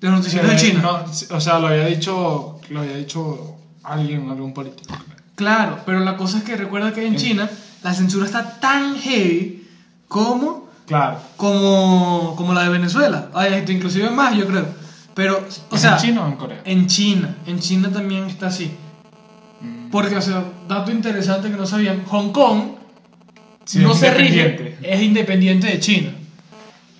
Speaker 1: De los noticieros de
Speaker 2: Eh,
Speaker 1: China.
Speaker 2: no, o sea, lo había dicho, lo había dicho alguien, algún político.
Speaker 1: Claro, pero la cosa es que recuerda que en
Speaker 2: Sí.
Speaker 1: China la censura está tan heavy como,
Speaker 2: Claro.
Speaker 1: como, como la de Venezuela. Ay, esto inclusive más, yo creo. Pero, o
Speaker 2: ¿Es
Speaker 1: sea, eh,
Speaker 2: ¿En China o en Corea?
Speaker 1: en China, en China también está así.
Speaker 2: Mm.
Speaker 1: Porque, o sea, dato interesante que no sabían, Hong Kong
Speaker 2: Sí,
Speaker 1: no
Speaker 2: es
Speaker 1: se rige,
Speaker 2: independiente.
Speaker 1: es independiente de China.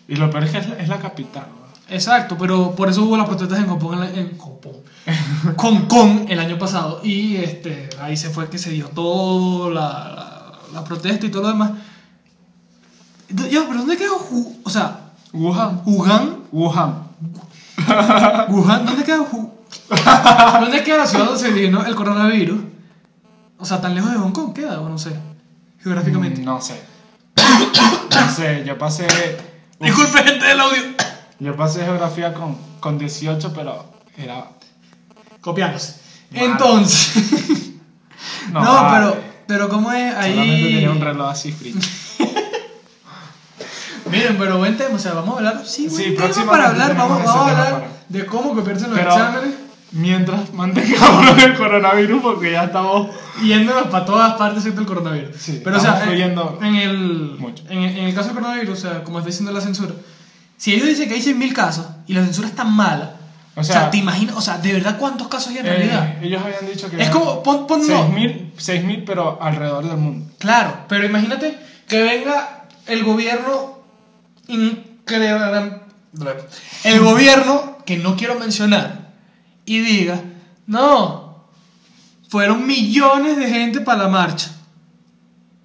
Speaker 2: Y lo peor es que es la, es la capital. ¿no?
Speaker 1: Exacto, pero por eso hubo las protestas en Hong Kong, en la- en Hong Kong,
Speaker 2: [laughs]
Speaker 1: Hong Kong el año pasado y este, ahí se fue que se dio toda la, la- la protesta y todo lo demás. Do- Yo, pero ¿dónde quedó Hu- O sea,
Speaker 2: Wuhan.
Speaker 1: Wuhan,
Speaker 2: Wuhan.
Speaker 1: Wuhan, [laughs] ¿dónde queda Hu- ¿Dónde queda la ciudad donde se originó el coronavirus? O sea, tan lejos de Hong Kong queda, o no sé, geográficamente.
Speaker 2: Mm, No sé. [coughs] No sé, yo pasé. Mm.
Speaker 1: [laughs] Disculpe, gente del audio.
Speaker 2: Yo pasé geografía con, con 18, pero era.
Speaker 1: Copiándose.
Speaker 2: Vale.
Speaker 1: [laughs] Entonces. [laughs] No,
Speaker 2: vale.
Speaker 1: pero, pero ¿cómo es
Speaker 2: Solamente
Speaker 1: ahí?
Speaker 2: tenía un reloj así
Speaker 1: [laughs]
Speaker 2: frito.
Speaker 1: Miren, pero buen tema, o sea, vamos a hablar, sí, buen
Speaker 2: Sí,
Speaker 1: tema
Speaker 2: próximamente
Speaker 1: para hablar,
Speaker 2: tenemos
Speaker 1: vamos,
Speaker 2: ese
Speaker 1: vamos a
Speaker 2: tema
Speaker 1: hablar
Speaker 2: para-
Speaker 1: de cómo copiarse los
Speaker 2: Pero-
Speaker 1: exámenes,
Speaker 2: Mientras mantengamos [laughs] el coronavirus, porque ya estamos.
Speaker 1: yéndonos para todas partes excepto el coronavirus.
Speaker 2: Sí,
Speaker 1: pero o sea,
Speaker 2: estamos
Speaker 1: en-
Speaker 2: fluyendo
Speaker 1: en el,
Speaker 2: mucho.
Speaker 1: en, en el caso del coronavirus, o sea, como está diciendo la censura, si ellos dicen que hay 100.000 casos y la censura es tan mala,
Speaker 2: O
Speaker 1: o sea,
Speaker 2: sea,
Speaker 1: te imaginas, o sea, de verdad cuántos casos hay en
Speaker 2: eh,
Speaker 1: realidad.
Speaker 2: ellos habían dicho que.
Speaker 1: Es como, pon, pon no.
Speaker 2: 6.000, 6.000, pero alrededor del mundo.
Speaker 1: Claro, pero imagínate que venga el gobierno incre- el gobierno que no quiero mencionar y diga, "No, fueron millones de gente para la marcha."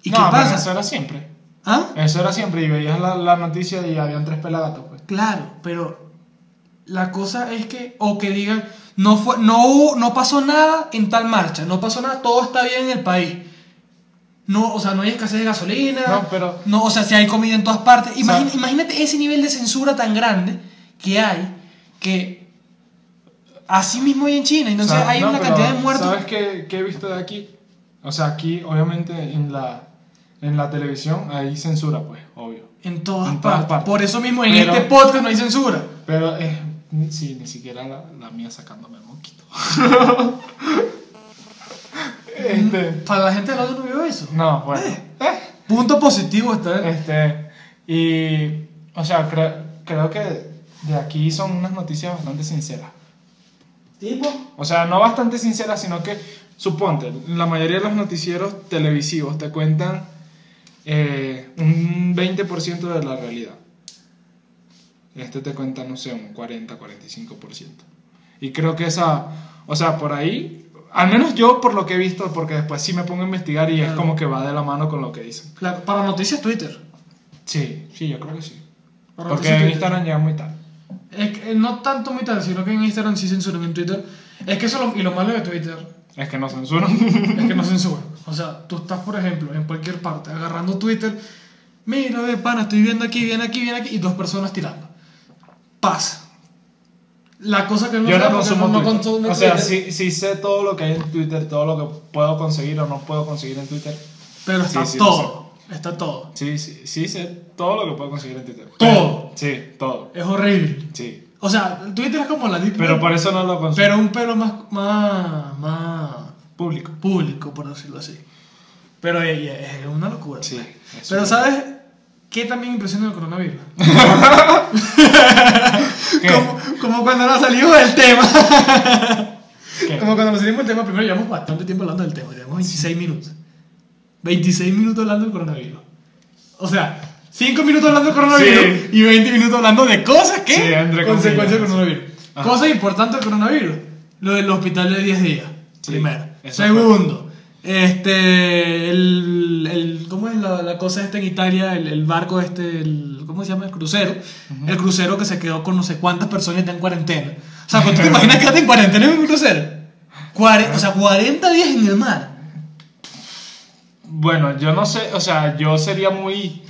Speaker 1: ¿Y
Speaker 2: No,
Speaker 1: qué
Speaker 2: pero
Speaker 1: pasa?
Speaker 2: Eso era siempre.
Speaker 1: ¿Ah?
Speaker 2: Eso era siempre. Y veías la, la noticia y habían tres pelagatos, pues.
Speaker 1: Claro, pero la cosa es que o que digan, "No fue no hubo- no pasó nada en tal marcha, no pasó nada, todo está bien en el país." No, o sea, no hay escasez de gasolina.
Speaker 2: No, pero-
Speaker 1: No, o sea, si hay comida en todas partes. Imagina-
Speaker 2: O sea-
Speaker 1: imagínate ese nivel de censura tan grande que hay, que así mismo hay en China. Entonces
Speaker 2: O sea,
Speaker 1: hay
Speaker 2: no,
Speaker 1: una
Speaker 2: pero,
Speaker 1: cantidad de muertos.
Speaker 2: ¿Sabes qué, qué he visto de aquí? O sea, aquí, obviamente, en la, en la televisión hay censura, pues, obvio.
Speaker 1: En todas,
Speaker 2: En todas
Speaker 1: partes.
Speaker 2: partes.
Speaker 1: Por eso mismo en
Speaker 2: Pero-
Speaker 1: este podcast no hay censura.
Speaker 2: Pero, eh, ni- sí, ni siquiera la, la mía sacándome el moquito. [laughs] este,
Speaker 1: Para la gente del otro no vio eso.
Speaker 2: no, bueno. Eh,
Speaker 1: Punto positivo está.
Speaker 2: Este, y, o sea, cre- creo que de aquí son unas noticias bastante sinceras. Este
Speaker 3: Tipo,
Speaker 2: O sea, no bastante sincera, sino que, suponte, la mayoría de los noticieros televisivos te cuentan eh, un 20% de la realidad. Este te cuenta, no sé, un 40, 45%. Y creo que esa, o sea, por ahí, al menos yo por lo que he visto, porque después sí me pongo a investigar y es
Speaker 1: Claro.
Speaker 2: como que va de la mano con lo que dicen.
Speaker 1: La- para noticias Twitter.
Speaker 2: Sí, sí, yo creo que sí.
Speaker 1: Para
Speaker 2: Porque
Speaker 1: noticias
Speaker 2: en
Speaker 1: Twitter.
Speaker 2: Instagram ya muy tarde.
Speaker 1: Es que, eh, no tanto muy tal, sino que en Instagram sí censuran, en Twitter. Es que eso lo- y lo malo de Twitter
Speaker 2: Es que no censuran. [laughs]
Speaker 1: es que no censuran. O sea, tú estás, por ejemplo, en cualquier parte agarrando Twitter. Mira, ve, pana, estoy viendo aquí, viene aquí, viene aquí, y dos personas tirando. Pasa. La cosa que no
Speaker 2: Yo
Speaker 1: sabe
Speaker 2: no
Speaker 1: porque
Speaker 2: consumo
Speaker 1: no
Speaker 2: Twitter.
Speaker 1: consume
Speaker 2: o sea,
Speaker 1: Twitter,
Speaker 2: sí, sí sé todo lo que hay en Twitter, todo lo que puedo conseguir o no puedo conseguir en Twitter.
Speaker 1: Pero está
Speaker 2: sí, sí,
Speaker 1: todo. Está todo.
Speaker 2: Sí, sí, sí sé todo lo que puedo conseguir en Twitter.
Speaker 1: Todo.
Speaker 2: Sí, todo.
Speaker 1: Es horrible.
Speaker 2: Sí.
Speaker 1: O sea, el Twitter es como la Deep
Speaker 2: Pero
Speaker 1: Web,
Speaker 2: por eso no lo consumo.
Speaker 1: pero un pelo más, más, más
Speaker 2: público.
Speaker 1: [laughs] público, por decirlo así. Pero eh, eh, es una locura.
Speaker 2: Sí,
Speaker 1: pues.
Speaker 2: es
Speaker 1: Pero
Speaker 2: una-
Speaker 1: ¿sabes qué también impresiona el coronavirus?
Speaker 2: [laughs] ¿Qué?
Speaker 1: Como, como cuando nos salimos del tema.
Speaker 2: [laughs] ¿Qué?
Speaker 1: Como cuando nos salimos del tema, primero llevamos bastante tiempo hablando del tema, llevamos 26 minutos. 26 minutos hablando del coronavirus. O sea, 5 minutos hablando del coronavirus
Speaker 2: Sí.
Speaker 1: y 20 minutos hablando de cosas que
Speaker 2: Sí, entre
Speaker 1: consecuencias del
Speaker 2: comillas.
Speaker 1: coronavirus.
Speaker 2: Ajá.
Speaker 1: Cosas importantes del coronavirus. Lo del hospital de 10 días.
Speaker 2: Sí,
Speaker 1: primero.
Speaker 2: eso
Speaker 1: Segundo, este el, el- ¿cómo es la, la cosa esta en Italia? El, el barco este, el, ¿cómo se llama? El crucero. El crucero que se quedó con no sé cuántas personas y está en cuarentena. O
Speaker 2: [laughs]
Speaker 1: sea, ¿cuánto te imaginas quedarte en cuarentena en un crucero? Cuare- o sea, 40 días en el mar.
Speaker 2: Bueno, yo no sé, o sea, yo sería muy...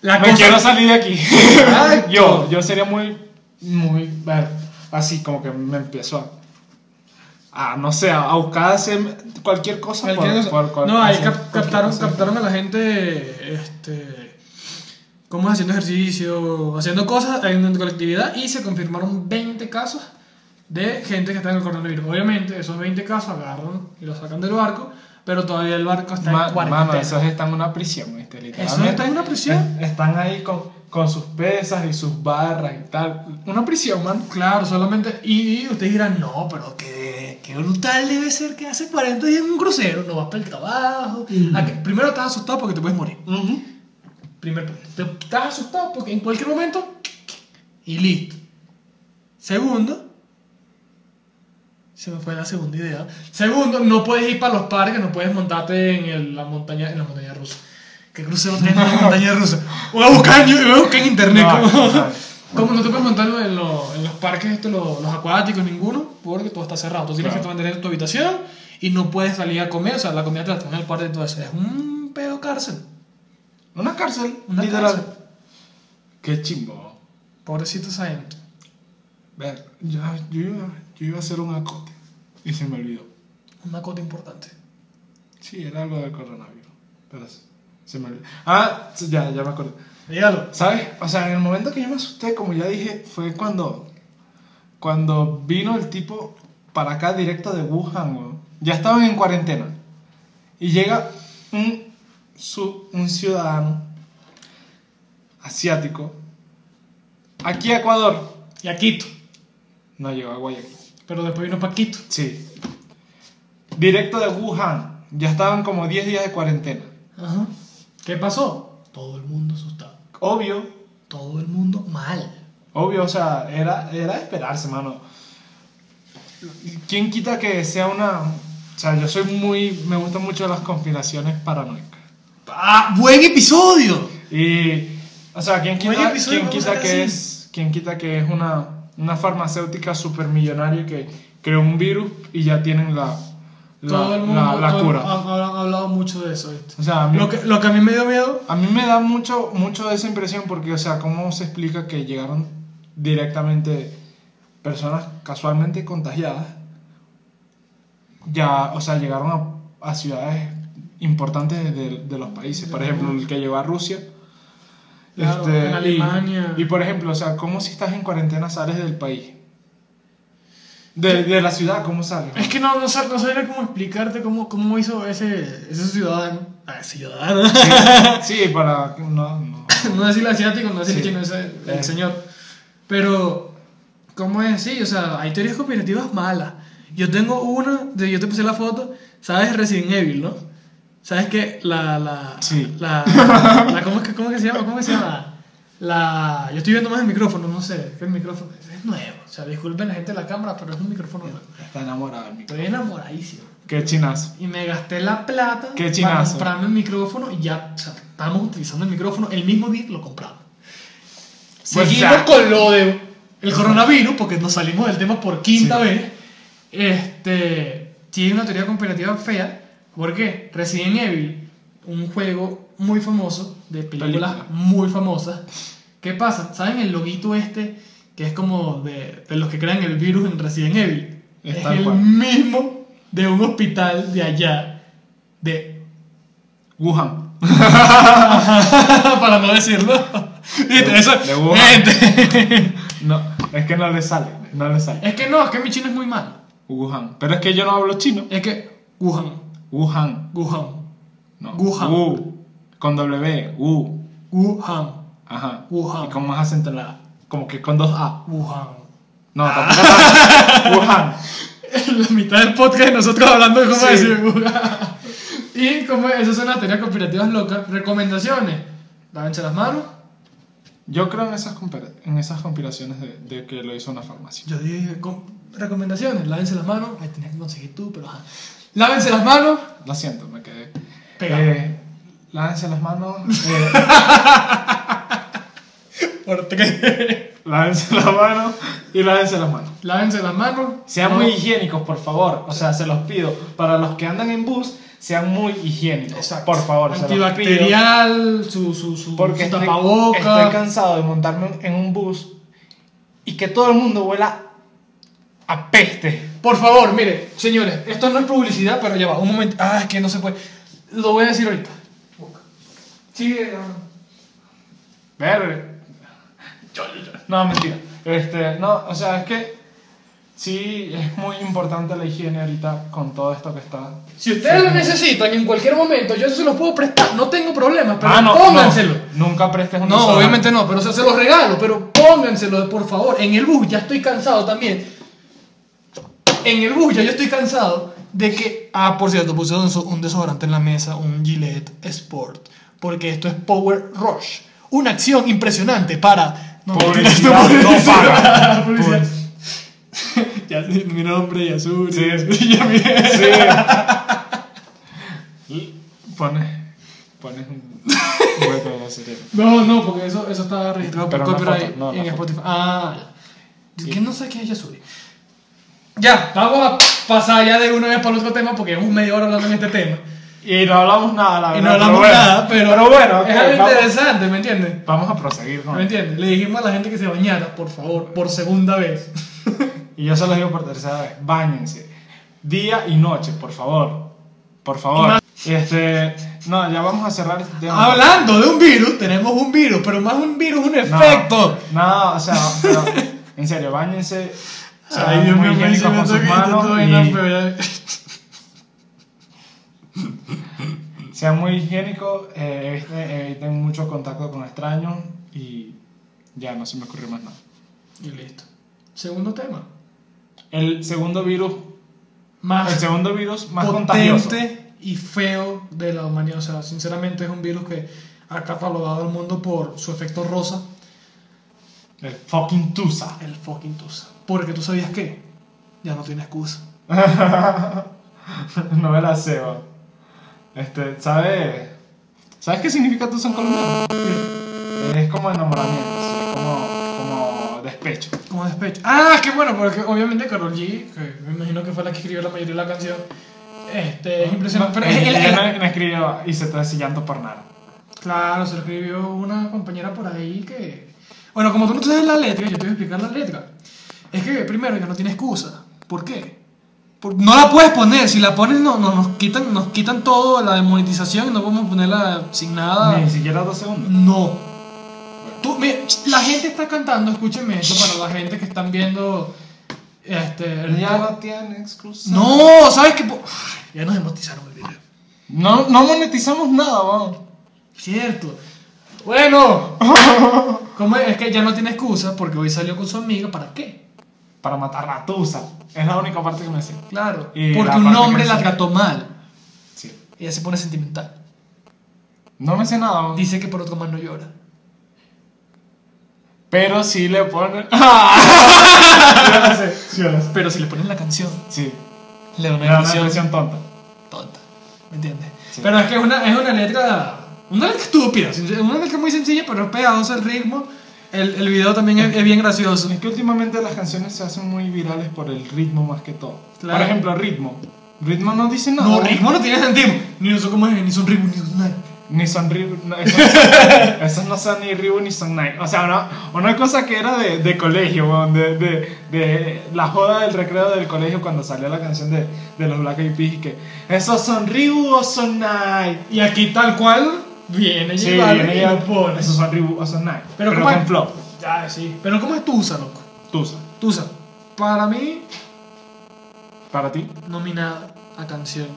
Speaker 1: La
Speaker 2: me quiero salir de aquí. [laughs]
Speaker 1: Exacto.
Speaker 2: yo, yo sería muy, muy, ver, así como que me empiezo a, a no sé, a a buscar hacer cualquier cosa.
Speaker 1: Cualquier
Speaker 2: por-
Speaker 1: cosa.
Speaker 2: por- por-
Speaker 1: no, ahí
Speaker 2: hacer
Speaker 1: cap-
Speaker 2: cualquier
Speaker 1: captaron,
Speaker 2: cosa.
Speaker 1: captaron a la gente este, cómo es haciendo ejercicio, haciendo cosas en colectividad y se confirmaron 20 casos de gente que está en el coronavirus. Obviamente, esos 20 casos agarran y los sacan del barco, pero todavía el barco está
Speaker 2: Ma-
Speaker 1: en cuarentena.
Speaker 2: Mano, esos están en una prisión, este, literalmente.
Speaker 1: están en una prisión.
Speaker 2: Es- Están ahí con, con sus pesas y sus barras y tal. Una prisión, man.
Speaker 1: Claro, solamente. Y, y ustedes dirán, no, pero qué, qué brutal debe ser que hace 40 días en un crucero, no vas para el trabajo. ¿A qué? Primero estás asustado porque te puedes morir. Primer punto. Te- Estás asustado porque en cualquier momento. Y listo. Segundo. Se me fue la segunda idea. Segundo, no puedes ir para los parques, no puedes montarte en el- la montaña en la montaña rusa.
Speaker 2: [laughs]
Speaker 1: ¿Qué crucero tienes en la montaña rusa? Voy a buscar, yo voy a buscar en internet.
Speaker 2: No,
Speaker 1: ¿cómo?
Speaker 2: no.
Speaker 1: ¿Cómo no te puedes montar en, lo- en los parques estos, los, los acuáticos, ninguno? Porque todo está cerrado. Tú tienes
Speaker 2: Claro.
Speaker 1: que mantener tu habitación y no puedes salir a comer. O sea, la comida te la traen al parque y todo eso. Es un pedo cárcel.
Speaker 2: Una cárcel,
Speaker 1: Una
Speaker 2: literal.
Speaker 1: cárcel.
Speaker 2: Qué chimbo.
Speaker 1: Pobrecito esa gente.
Speaker 2: Ver, yo, yo iba, yo iba a hacer un acote y se me olvidó.
Speaker 1: Una cota importante.
Speaker 2: Sí, era algo del coronavirus. Pero se- se me olvidó. Ah, sí, ya, ya me acuerdo.
Speaker 1: Dígalo.
Speaker 2: ¿Sabes? O sea, en el momento que yo me asusté, como ya dije, fue cuando, cuando vino el tipo para acá directo de Wuhan, weón. Ya estaban en cuarentena. Y llega un, su- un ciudadano asiático aquí a Ecuador.
Speaker 1: Y a Quito.
Speaker 2: No llegó a Guayaquil.
Speaker 1: Pero después vino para Quito.
Speaker 2: Sí. Directo de Wuhan. Ya estaban como 10 días de cuarentena.
Speaker 1: Ajá. ¿Qué pasó? Todo el mundo asustado.
Speaker 2: Obvio,
Speaker 1: Todo el mundo mal.
Speaker 2: Obvio, o sea, era, era de esperarse, mano. ¿Quién quita que sea una... O sea, yo soy muy... Me gustan mucho las conspiraciones paranoicas.
Speaker 1: ¡Ah! ¡Buen episodio!
Speaker 2: Y... O sea, ¿quién
Speaker 1: Oye,
Speaker 2: quita,
Speaker 1: episodio,
Speaker 2: ¿quién
Speaker 1: vamos a
Speaker 2: quita
Speaker 1: sacar
Speaker 2: que
Speaker 1: así.
Speaker 2: es... ¿Quién quita que es una, una farmacéutica supermillonaria que creó un virus y ya tienen la... La,
Speaker 1: todo el mundo.
Speaker 2: la- la
Speaker 1: todo el-
Speaker 2: cura.
Speaker 1: ha- ha- Han hablado mucho de eso, ¿viste?
Speaker 2: O sea, a mí,
Speaker 1: Lo que, lo que a mí me dio miedo
Speaker 2: a mí me da mucho, mucho esa impresión porque, o sea, ¿cómo se explica que llegaron directamente personas casualmente contagiadas? Ya, o sea, llegaron a, a ciudades importantes de, de- de los países. Por ejemplo, el que llegó a Rusia. Este,
Speaker 1: Claro, en
Speaker 2: y-
Speaker 1: Alemania.
Speaker 2: Y, por ejemplo, o sea, ¿cómo si estás en cuarentena sales del país? De, de la ciudad, ¿cómo sales?
Speaker 1: Es que no, no, sab- no sabría cómo explicarte cómo, cómo hizo ese, ese ciudadano. Ah, ciudadano.
Speaker 2: Sí, para... No, no.
Speaker 1: [laughs] no decir asiático, no decir
Speaker 2: Sí.
Speaker 1: chino, ese el,
Speaker 2: Eh.
Speaker 1: señor. Pero, ¿cómo es? Sí, o sea, hay teorías conspirativas malas. Yo tengo una, de, yo te puse la foto, ¿sabes? Resident Evil, ¿no? ¿Sabes qué? La, la,
Speaker 2: Sí. [laughs]
Speaker 1: la, la- ¿cómo, es que, ¿Cómo es que se llama? ¿Cómo es que se llama? La, yo estoy viendo más el micrófono, no sé, ¿qué el micrófono? Es nuevo, o sea, disculpen la gente de la cámara, pero es un micrófono nuevo.
Speaker 2: Está enamorada del micrófono.
Speaker 1: Estoy enamoradísimo.
Speaker 2: Qué chinazo.
Speaker 1: Y me gasté la plata
Speaker 2: Qué
Speaker 1: para
Speaker 2: chinazo.
Speaker 1: comprarme el micrófono y ya, o sea, estábamos utilizando el micrófono, el mismo día lo compramos.
Speaker 2: Pues
Speaker 1: Seguimos
Speaker 2: ya.
Speaker 1: con lo de el coronavirus, porque nos salimos del tema por quinta
Speaker 2: Sí.
Speaker 1: vez. Este, tiene una teoría comparativa fea, porque Resident Evil, un juego muy famoso, de películas
Speaker 2: Película.
Speaker 1: muy famosas, ¿qué pasa? ¿Saben el loguito este, que es como de, de los que crean el virus en Resident Evil?
Speaker 2: Es
Speaker 1: es
Speaker 2: tal
Speaker 1: el
Speaker 2: cual.
Speaker 1: mismo de un hospital de allá, de [laughs]
Speaker 2: Wuhan.
Speaker 1: para no decirlo. ¿Viste?
Speaker 2: De-
Speaker 1: Eso,
Speaker 2: de Wuhan.
Speaker 1: gente. [laughs]
Speaker 2: No, es que no le sale. No le sale.
Speaker 1: Es que no, es que mi chino es muy malo.
Speaker 2: Wuhan. Pero es que yo no hablo chino.
Speaker 1: Es que Wuhan,
Speaker 2: Wuhan.
Speaker 1: Wuhan,
Speaker 2: No.
Speaker 1: Wuhan.
Speaker 2: U. Con W. U.
Speaker 1: Wuhan,
Speaker 2: Ajá.
Speaker 1: Wuhan.
Speaker 2: Y con más acento en la A. Como que con dos A. Ah.
Speaker 1: Wuhan. [laughs]
Speaker 2: No, tampoco [laughs] tanto. Wuhan.
Speaker 1: La mitad del podcast de nosotros hablando de cómo
Speaker 2: Sí.
Speaker 1: decir Wuhan. [laughs] Y como esas son las teorías conspirativas locas, recomendaciones. Lávense las manos.
Speaker 2: Yo creo en esas, compara- en esas conspiraciones de, de que lo hizo una farmacia.
Speaker 1: Yo dije com- recomendaciones, lávense las manos. Ahí tenías que conseguir tú, pero ajá. Lávense las manos.
Speaker 2: Lo siento, me quedé.
Speaker 1: Pegado.
Speaker 2: Eh, lávense las manos. eh, [laughs]
Speaker 1: Porque-
Speaker 2: lávense las manos y lávense las manos.
Speaker 1: [laughs] lávense las manos.
Speaker 2: Sean
Speaker 1: No.
Speaker 2: muy higiénicos, por favor. O sea, se los pido. Para los que andan en bus, sean muy higiénicos.
Speaker 1: Exacto.
Speaker 2: Por favor, se los pido.
Speaker 1: Antibacterial, su, su, su,
Speaker 2: Porque
Speaker 1: su
Speaker 2: estoy,
Speaker 1: tapabocas.
Speaker 2: estoy cansado de montarme en un bus y que todo el mundo huela a peste.
Speaker 1: Por favor, mire, señores, esto no es publicidad, pero ya va, un momento. Ah, es que no se puede. Lo voy a decir ahorita. Sí, eh,
Speaker 2: Ver. Yo, yo, yo. No, mentira. Este, no, o sea, es que sí es muy importante la higiene ahorita con todo esto que está.
Speaker 1: si ustedes lo necesitan en cualquier momento, yo se los puedo prestar, no tengo problema, pero pónganselo.
Speaker 2: Ah, no, nunca prestes
Speaker 1: No,
Speaker 2: un desodorante.
Speaker 1: obviamente no, pero se, se los regalo, pero pónganselo, por favor. En el bus, ya estoy cansado también. En el bus, ya yo estoy cansado de que. Ah, por cierto, puse un, so- un desodorante en la mesa, un Gillette Sport, porque esto es Power Rush. Una acción impresionante para. No,
Speaker 2: Publicidad no paga.
Speaker 1: Publicidad. [laughs] Ya, sí, mi nombre y azul.
Speaker 2: Sí.
Speaker 1: y ya, mire.
Speaker 2: Sí. Pones. Pones
Speaker 1: [laughs]
Speaker 2: un hueco en la cerebro.
Speaker 1: No, no, porque eso, eso está registrado por
Speaker 2: Pero la
Speaker 1: copyright
Speaker 2: foto, no, la
Speaker 1: en
Speaker 2: foto.
Speaker 1: Spotify. Ah, ya. que no sé qué es Yasuri. Ya, vamos a pasar ya de una vez para el otro tema porque llevamos media hora hablando en este tema.
Speaker 2: Y Ah, no hablamos nada, la verdad.
Speaker 1: Y no
Speaker 2: pero
Speaker 1: hablamos
Speaker 2: bueno.
Speaker 1: nada, pero,
Speaker 2: Pero bueno, ok,
Speaker 1: es algo
Speaker 2: vamos-
Speaker 1: interesante, ¿me entiendes?
Speaker 2: Vamos a proseguir con
Speaker 1: ¿Me entiendes? Le dijimos a la gente que se bañara, por favor, por segunda vez.
Speaker 2: Y yo se los digo por tercera vez, báñense. Día y noche, por favor. Por
Speaker 1: Y
Speaker 2: favor.
Speaker 1: más-
Speaker 2: Este, no, ya vamos a cerrar este tema.
Speaker 1: Hablando de un virus, tenemos un virus, pero más un virus, un
Speaker 2: No, Ah,
Speaker 1: efecto.
Speaker 2: No, o sea, pero, en serio, báñense. O sea,
Speaker 1: Ay, Dios
Speaker 2: muy
Speaker 1: mío, me
Speaker 2: higiénicos con
Speaker 1: siento
Speaker 2: sus
Speaker 1: que esto
Speaker 2: manos
Speaker 1: todavía no es
Speaker 2: y
Speaker 1: feo, ya.
Speaker 2: sean muy higiénicos, eh, eviten, eviten mucho contacto con extraños y ya no se me ocurrió más nada.
Speaker 1: [laughs] Y listo. Segundo tema.
Speaker 2: El segundo virus,
Speaker 1: Más
Speaker 2: el segundo virus más contagioso.
Speaker 1: potente y feo de la humanidad. O sea, sinceramente es un virus que ha catalogado al mundo por su efecto rosa,
Speaker 2: El fucking Tusa. [laughs]
Speaker 1: el fucking Tusa. Porque tú sabías que ya no tiene excusa.
Speaker 2: No me la ceba. Este, ¿sabes? ¿Sabes qué significa tú en colombiano? Es como enamoramiento, sí, es como, como despecho.
Speaker 1: Como despecho. Ah, qué bueno, porque obviamente Carol G, que me imagino que fue la que escribió la mayoría de la canción, este, es impresionante.
Speaker 2: No,
Speaker 1: pero
Speaker 2: eh,
Speaker 1: el- el-
Speaker 2: ella me- me escribió y se está desillando por nada.
Speaker 1: Claro, se lo escribió una compañera por ahí que... Bueno, como tú no te sabes la letra, yo te voy a explicar la letra. Es que primero ya no tiene excusa. ¿Por qué? Por- no la puedes poner, si la pones no, no- nos, quitan, nos quitan todo la monetización y no podemos ponerla sin nada.
Speaker 2: Ni siquiera dos segundos.
Speaker 1: No. Tú, mira, la gente está cantando, escúcheme esto para la gente que están viendo... Este, el
Speaker 2: Ya
Speaker 1: po-
Speaker 2: no tiene excusa.
Speaker 1: no, ¿sabes qué? po- Ya nos desmonetizaron el video.
Speaker 2: No, no monetizamos nada, vamos.
Speaker 1: Cierto.
Speaker 2: [laughs]
Speaker 1: Bueno, ¿cómo es? Es que ya no tiene excusa porque hoy salió con su amiga. ¿Para qué?
Speaker 2: Para matar a Tusa. Es la única parte que me sé.
Speaker 1: Claro,
Speaker 2: Y la
Speaker 1: porque un
Speaker 2: parte
Speaker 1: hombre
Speaker 2: que
Speaker 1: la
Speaker 2: sí.
Speaker 1: trató mal.
Speaker 2: Sí.
Speaker 1: Ella se pone sentimental.
Speaker 2: No me sé nada. weón.
Speaker 1: Dice que por otro más no llora.
Speaker 2: Pero sí le ponen.
Speaker 1: Pero si le ponen la canción,
Speaker 2: [laughs] Sí.
Speaker 1: le da una
Speaker 2: Me da una
Speaker 1: canción
Speaker 2: impresión tonta.
Speaker 1: tonta. ¿Me entiendes?
Speaker 2: Sí.
Speaker 1: Pero es que es una, es una letra. Una letra estúpida. sin- Una letra muy sencilla, pero es pegajosa el ritmo. El, el video también es, es bien gracioso.
Speaker 2: Es que últimamente las canciones se hacen muy virales por el ritmo más que todo.
Speaker 1: Claro.
Speaker 2: Por ejemplo, ritmo. Ritmo no dice nada.
Speaker 1: No, ritmo no tiene sentido. Ni son como es, ni son ritmo, ni son nada.
Speaker 2: Ni son Ribu. no, esos,
Speaker 1: [laughs]
Speaker 2: esos no son ni Ribu ni son Nike. O sea, una, una cosa que era de, de colegio, weón, de, de, de la joda del recreo del colegio cuando salió la canción de, de los Black Eyed Peas y que esos son Ribu o son Nike.
Speaker 1: Y aquí tal cual viene
Speaker 2: Sí,
Speaker 1: llevar
Speaker 2: viene
Speaker 1: y
Speaker 2: ya,
Speaker 1: lo pone.
Speaker 2: esos son Ribu o son Nike.
Speaker 1: Pero
Speaker 2: Pero,
Speaker 1: ¿cómo es?
Speaker 2: con flow,
Speaker 1: Ya, sí. Pero ¿cómo es Tusa, loco?
Speaker 2: Tusa.
Speaker 1: Tusa. Para mí,
Speaker 2: Para ti,
Speaker 1: nominada a canción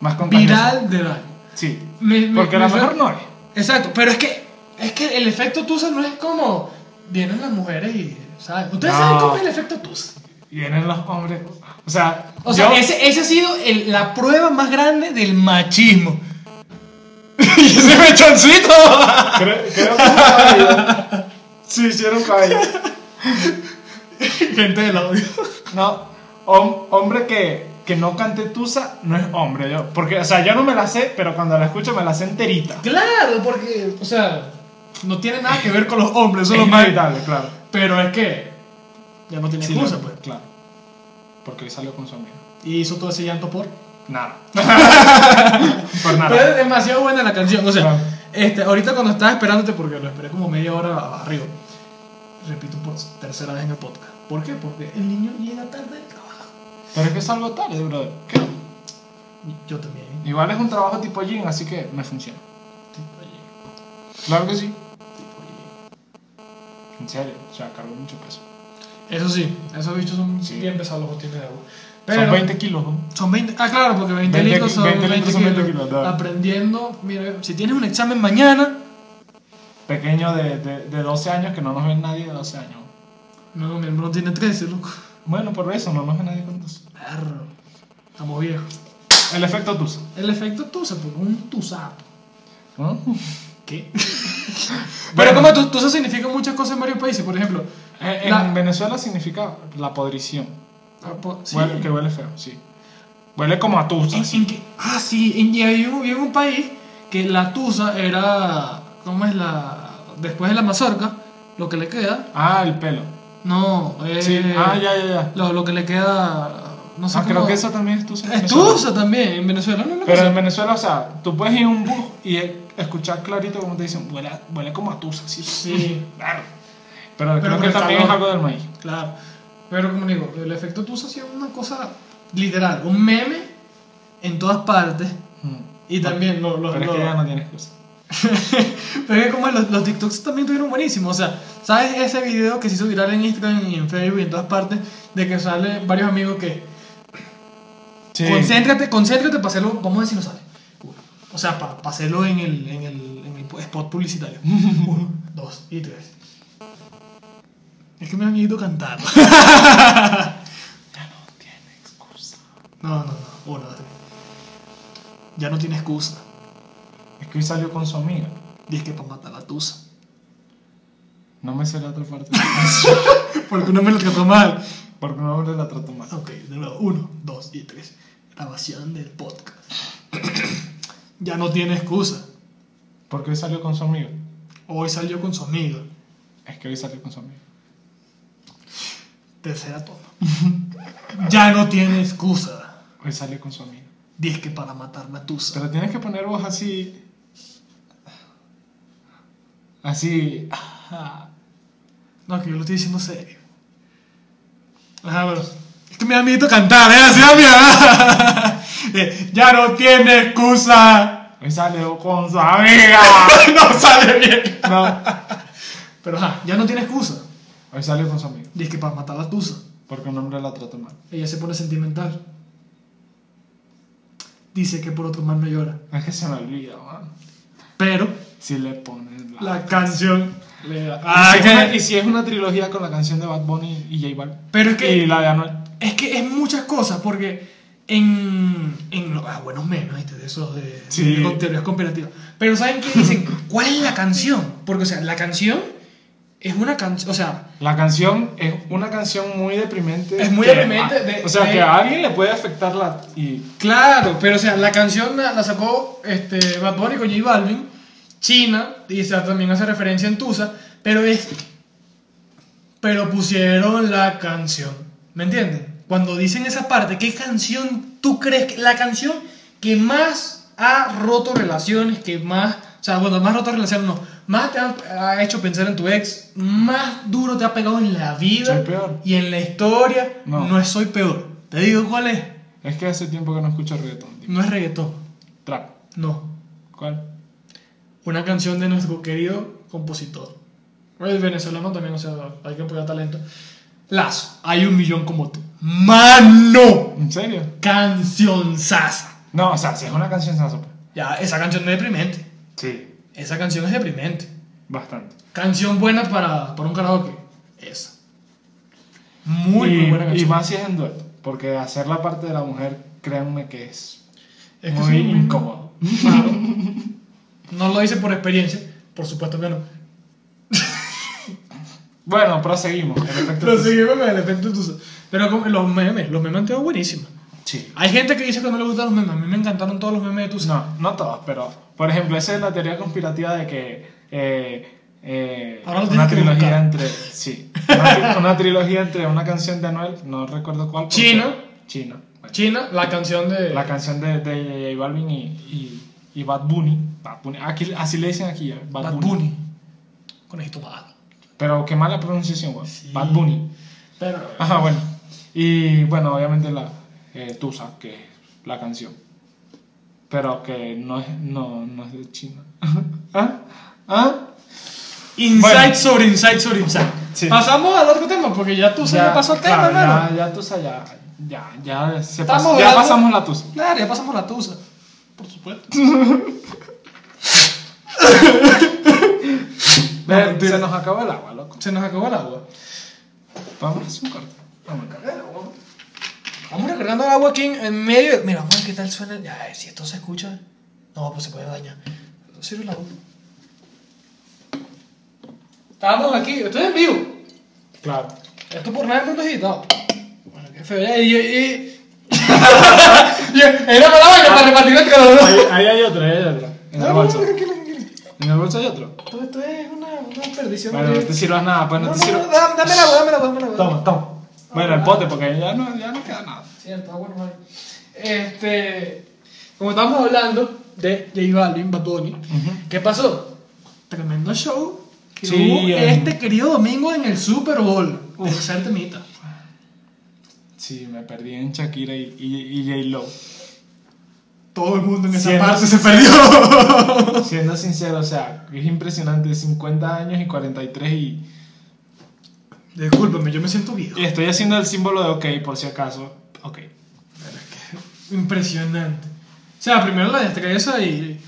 Speaker 2: más contagiosa.
Speaker 1: viral del año.
Speaker 2: Sí.
Speaker 1: Me- me-
Speaker 2: Porque a lo
Speaker 1: me-
Speaker 2: mejor no es.
Speaker 1: Exacto, pero es que, es que el efecto Tusa no es como vienen las mujeres y. ¿saben? ¿Ustedes
Speaker 2: No.
Speaker 1: saben cómo es el efecto Tusa?
Speaker 2: Vienen los hombres. O sea,
Speaker 1: O sea,
Speaker 2: yo-
Speaker 1: ese, ese ha sido el- la prueba más grande
Speaker 2: [laughs]
Speaker 1: del machismo.
Speaker 2: ¡Ese mechoncito! creo, creo que es un cabello. Sí, hicieron cabello.
Speaker 1: Gente del audio.
Speaker 2: No, hom- hombre que, que no cante Tusa no es hombre, yo. Porque, o sea, yo no me la sé, pero cuando la escucho me la sé enterita.
Speaker 1: Claro, porque, o sea, no tiene nada que ver con los hombres,
Speaker 2: Es
Speaker 1: son los más.
Speaker 2: inevitable, claro.
Speaker 1: Pero es que ya no tiene
Speaker 2: Sí,
Speaker 1: excusa,
Speaker 2: la-
Speaker 1: pues.
Speaker 2: Claro. Porque hoy salió con su amigo.
Speaker 1: Y hizo todo ese llanto por. [laughs]
Speaker 2: Nada. Por
Speaker 1: Pero
Speaker 2: nada.
Speaker 1: es demasiado buena la canción. O sea,
Speaker 2: Claro.
Speaker 1: este, ahorita cuando estaba esperándote, porque lo esperé como media hora a- arriba, repito por tercera vez en el podcast. ¿Por qué? Porque el niño llega tarde del trabajo.
Speaker 2: Pero es que salgo tarde, brother. ¿Qué?
Speaker 1: Yo también.
Speaker 2: Igual es un trabajo tipo gym, así que me funciona.
Speaker 1: Tipo allí,
Speaker 2: Claro que sí.
Speaker 1: tipo allí.
Speaker 2: En serio, o sea, cargo mucho peso.
Speaker 1: Eso sí, esos bichos son
Speaker 2: Sí.
Speaker 1: bien pesados los botines de agua.
Speaker 2: Son
Speaker 1: Pero-
Speaker 2: 20 kilos, ¿no?
Speaker 1: Son 20, ah, claro, porque 20,
Speaker 2: 20
Speaker 1: litros son 20,
Speaker 2: 20 litros son 20
Speaker 1: kilos.
Speaker 2: kilos, da.
Speaker 1: Aprendiendo, mira, si tienes un examen mañana,
Speaker 2: pequeño de, de, de 12 años que no nos ve nadie de 12 años.
Speaker 1: no, mi hermano tiene 13, loco.
Speaker 2: Bueno, por eso no nos ve nadie con 12.
Speaker 1: Arro, estamos viejos.
Speaker 2: El efecto Tusa.
Speaker 1: El efecto tusa, porque un tusato. ¿Ah?
Speaker 2: ¿no? [laughs]
Speaker 1: ¿Qué? Pero
Speaker 2: Bueno.
Speaker 1: como tu- tusa significa muchas cosas en varios países, por ejemplo.
Speaker 2: Eh, En
Speaker 1: La-
Speaker 2: Venezuela significa la podrición.
Speaker 1: ah, po- sí.
Speaker 2: Huele- que huele feo, sí. Huele como a Tusa.
Speaker 1: En-
Speaker 2: sí.
Speaker 1: en que- ah, sí, en, y había, un, había un país que la tusa era, ¿cómo es la? Después de la mazorca, lo que le queda,
Speaker 2: Ah, el pelo.
Speaker 1: no, eh,
Speaker 2: Sí. Ah, ya, ya, ya.
Speaker 1: Lo, lo que le queda, no sé
Speaker 2: Ah, creo
Speaker 1: cómo-
Speaker 2: que eso también es Tusa. en
Speaker 1: Es
Speaker 2: Venezuela.
Speaker 1: tusa también, en Venezuela no es una
Speaker 2: Pero en
Speaker 1: cosa.
Speaker 2: Venezuela, o sea, tú puedes ir a un bus y eh, escuchar clarito como te dicen, huele, a- huele como a Tusa. Sí.
Speaker 1: Sí.
Speaker 2: [laughs] Claro. Pero, creo
Speaker 1: por
Speaker 2: que
Speaker 1: el
Speaker 2: también es
Speaker 1: calor.
Speaker 2: algo del maíz.
Speaker 1: Claro. Pero como digo, el efecto tusa ha sido una cosa literal, un meme en todas partes.
Speaker 2: Mm.
Speaker 1: Y también lo- lo-
Speaker 2: Pero es
Speaker 1: lo-
Speaker 2: que ya no tiene excusa.
Speaker 1: [laughs] Pero es como los, los TikToks también tuvieron buenísimo. O sea, ¿sabes ese video que se hizo viral en Instagram y en Facebook y en todas partes? De que sale varios amigos que.
Speaker 2: Sí.
Speaker 1: Concéntrate, concéntrate para hacerlo. Vamos a decirlo, sale. O sea, para hacerlo en el, en, el, en el
Speaker 2: [laughs]
Speaker 1: spot publicitario. Uno, dos y tres. Es que me han ido cantando.
Speaker 2: Tiene excusa.
Speaker 1: No, no, no. Uno, dos, tres. Ya no tiene excusa.
Speaker 2: Es que hoy salió con su amiga.
Speaker 1: Dice que para matar a Tusa. [laughs]
Speaker 2: No me sé la otra parte.
Speaker 1: Porque uno me lo trató mal.
Speaker 2: Porque no le la trato más.
Speaker 1: Ok, de nuevo. Uno, dos y tres. Grabación del podcast. [clears throat] ya no tiene excusa.
Speaker 2: Porque hoy salió con su amigo.
Speaker 1: Hoy salió con su amigo.
Speaker 2: Es que hoy salió con su amigo.
Speaker 1: Tercera toma. [laughs] ya no tiene excusa.
Speaker 2: Hoy salió con su amigo.
Speaker 1: Dice que para matar a Tusa.
Speaker 2: Pero tienes que poner voz así. Así.
Speaker 1: Ah, No, que yo lo estoy diciendo serio. Ajá, bueno. Es que me da miedo cantar, ¿eh? Así da miedo. [laughs] Eh, ya no tiene excusa. [laughs]
Speaker 2: Hoy salió con su amiga.
Speaker 1: no sale bien.
Speaker 2: No.
Speaker 1: Pero ajá, ya no tiene excusa.
Speaker 2: Hoy salió con su amigo.
Speaker 1: Dice que para matar a Tusa.
Speaker 2: Porque un hombre la trató mal.
Speaker 1: Ella se pone sentimental. Dice que por otro mal no llora.
Speaker 2: Es que se me olvida, man.
Speaker 1: Pero
Speaker 2: Si le pones la.
Speaker 1: la canción le da.
Speaker 2: Ah,
Speaker 1: Y
Speaker 2: y, si
Speaker 1: si es
Speaker 2: una-
Speaker 1: una-
Speaker 2: y si es una trilogía con la canción de Bad Bunny y J Balvin.
Speaker 1: Pero es que-
Speaker 2: Y la de Anuel.
Speaker 1: Es que es muchas cosas porque en, en lo- ah, buenos memes ¿viste? de esos de,
Speaker 2: Sí.
Speaker 1: de teorías comparativas. Pero ¿saben qué dicen? ¿Cuál es la canción? Porque, o sea, la canción es una canción, o sea,
Speaker 2: La canción es una canción muy deprimente.
Speaker 1: Es muy
Speaker 2: que-
Speaker 1: deprimente de-
Speaker 2: o sea,
Speaker 1: de-
Speaker 2: que a alguien le puede afectar la. Y,
Speaker 1: claro, pero, o sea, la canción la, la sacó este, Bad Bunny con J Balvin, China, y o sea, también hace referencia en Tusa, pero es... Pero pusieron la canción, ¿me entienden? Cuando dicen esa parte, ¿qué canción tú crees que la canción que más ha roto relaciones, que más, o sea, bueno, más roto relaciones no, más te ha, ha hecho pensar en tu ex, más duro te ha pegado en la vida
Speaker 2: Soy peor.
Speaker 1: y en la historia, no.
Speaker 2: No.
Speaker 1: es soy peor. Te digo cuál es,
Speaker 2: es que hace tiempo que no escucho reggaetón. tipo,
Speaker 1: no es reggaetón,
Speaker 2: Trap.
Speaker 1: no,
Speaker 2: ¿Cuál?
Speaker 1: una canción de nuestro querido compositor. El venezolano también, o sea, hay que apoyar talento. Lazo, hay un millón como tú. ¡Mano!
Speaker 2: ¿En serio?
Speaker 1: Canción sasa.
Speaker 2: No, o sea, si es una canción sasa. pues.
Speaker 1: Ya, esa canción es deprimente.
Speaker 2: Sí,
Speaker 1: Esa canción es deprimente.
Speaker 2: bastante.
Speaker 1: Canción buena para, para un karaoke. Esa. Muy,
Speaker 2: y,
Speaker 1: muy buena
Speaker 2: y
Speaker 1: canción.
Speaker 2: más si es en dueto. Porque hacer la parte de la mujer, créanme que es,
Speaker 1: Es que
Speaker 2: muy
Speaker 1: sí,
Speaker 2: incómodo.
Speaker 1: claro. No lo hice por experiencia, por supuesto que no.
Speaker 2: Bueno, proseguimos. El efecto
Speaker 1: Pero
Speaker 2: tusa.
Speaker 1: seguimos con el efecto tusa. Pero como- los memes, los memes han quedado buenísimos.
Speaker 2: Sí.
Speaker 1: Hay gente que dice que no le gustan los memes. A mí me encantaron todos los memes de Tusa.
Speaker 2: No, no todos, pero por ejemplo, esa es la teoría conspirativa de que eh, eh,
Speaker 1: Ahora lo
Speaker 2: una
Speaker 1: tienes que
Speaker 2: trilogía
Speaker 1: buscar.
Speaker 2: entre. Sí, una, tri- una trilogía entre una canción de Anuel, no recuerdo cuál. porque-
Speaker 1: Chino.
Speaker 2: Chino. bueno.
Speaker 1: China, la canción de.
Speaker 2: La canción de, de J Balvin y, y, y Bad Bunny. Bad Bunny. Aquí, así le dicen aquí, eh, Bad,
Speaker 1: Bad
Speaker 2: Bunny.
Speaker 1: Bunny. Conejito malo.
Speaker 2: Pero qué mala pronunciación, güey.
Speaker 1: Sí.
Speaker 2: Bad Bunny.
Speaker 1: Pero.
Speaker 2: Ajá, bueno. Y bueno, obviamente la eh, Tusa, que es la canción. Pero que no es, no, no es de China. [laughs] ¿Ah? ¿Ah?
Speaker 1: Insight
Speaker 2: Bueno.
Speaker 1: sobre insight sobre insight.
Speaker 2: Sí.
Speaker 1: Pasamos al otro tema porque ya Tusa ya, pasó el tema,
Speaker 2: claro,
Speaker 1: hermano.
Speaker 2: Ya, ya Tusa, ya, ya, ya, se
Speaker 1: Estamos
Speaker 2: pasó- ya
Speaker 1: hablando-
Speaker 2: pasamos la Tusa.
Speaker 1: Claro, ya pasamos la Tusa. Por supuesto.
Speaker 2: Ve,
Speaker 1: mentira.
Speaker 2: se nos acabó el agua, loco.
Speaker 1: Se nos acabó el agua.
Speaker 2: Vamos a hacer un corte. Vamos a cargar el agua.
Speaker 1: Vamos recargando el agua aquí en, en medio. Mira, Juan, ¿qué tal suena? Ya, eh, si esto se escucha. No, pues se puede dañar. Sirve la agua. Estamos aquí, estoy en vivo.
Speaker 2: Claro.
Speaker 1: Esto por nada es editado. Bueno, qué feo. Ya, y,
Speaker 2: [laughs]
Speaker 1: y... y era para la vaca para repartir el
Speaker 2: Ahí,
Speaker 1: calor.
Speaker 2: ahí hay otro, ahí hay otro. En
Speaker 1: No,
Speaker 2: el
Speaker 1: no,
Speaker 2: bolso.
Speaker 1: no, tranquilo, tranquilo.
Speaker 2: En el bolso hay otro.
Speaker 1: Todo esto es una, una perdición.
Speaker 2: Bueno, no
Speaker 1: de-
Speaker 2: te sirvas nada, pues
Speaker 1: no,
Speaker 2: no
Speaker 1: no,
Speaker 2: te
Speaker 1: no,
Speaker 2: sirvas.
Speaker 1: dame dame la agua, dame la agua, dame la agua.
Speaker 2: Toma, toma. Bueno, el pote, porque ya no, ya no queda nada.
Speaker 1: Cierto, bueno, bueno. Este, como estamos hablando de J Balvin, Bad Bunny, ¿qué pasó? Tremendo show que
Speaker 2: Sí,
Speaker 1: hubo
Speaker 2: eh.
Speaker 1: este querido domingo en el Super Bowl. Tercer temita.
Speaker 2: Sí, me perdí en Shakira y, y, y J-Lo. [laughs]
Speaker 1: Todo el mundo en esa
Speaker 2: Cierto.
Speaker 1: parte se perdió. [laughs]
Speaker 2: Siendo sincero, o sea, es impresionante. 50 años y 43 y...
Speaker 1: Discúlpame, yo me siento viejo.
Speaker 2: y Estoy haciendo el símbolo de ok, por si acaso. Ok.
Speaker 1: Impresionante. O sea, primero la destreza y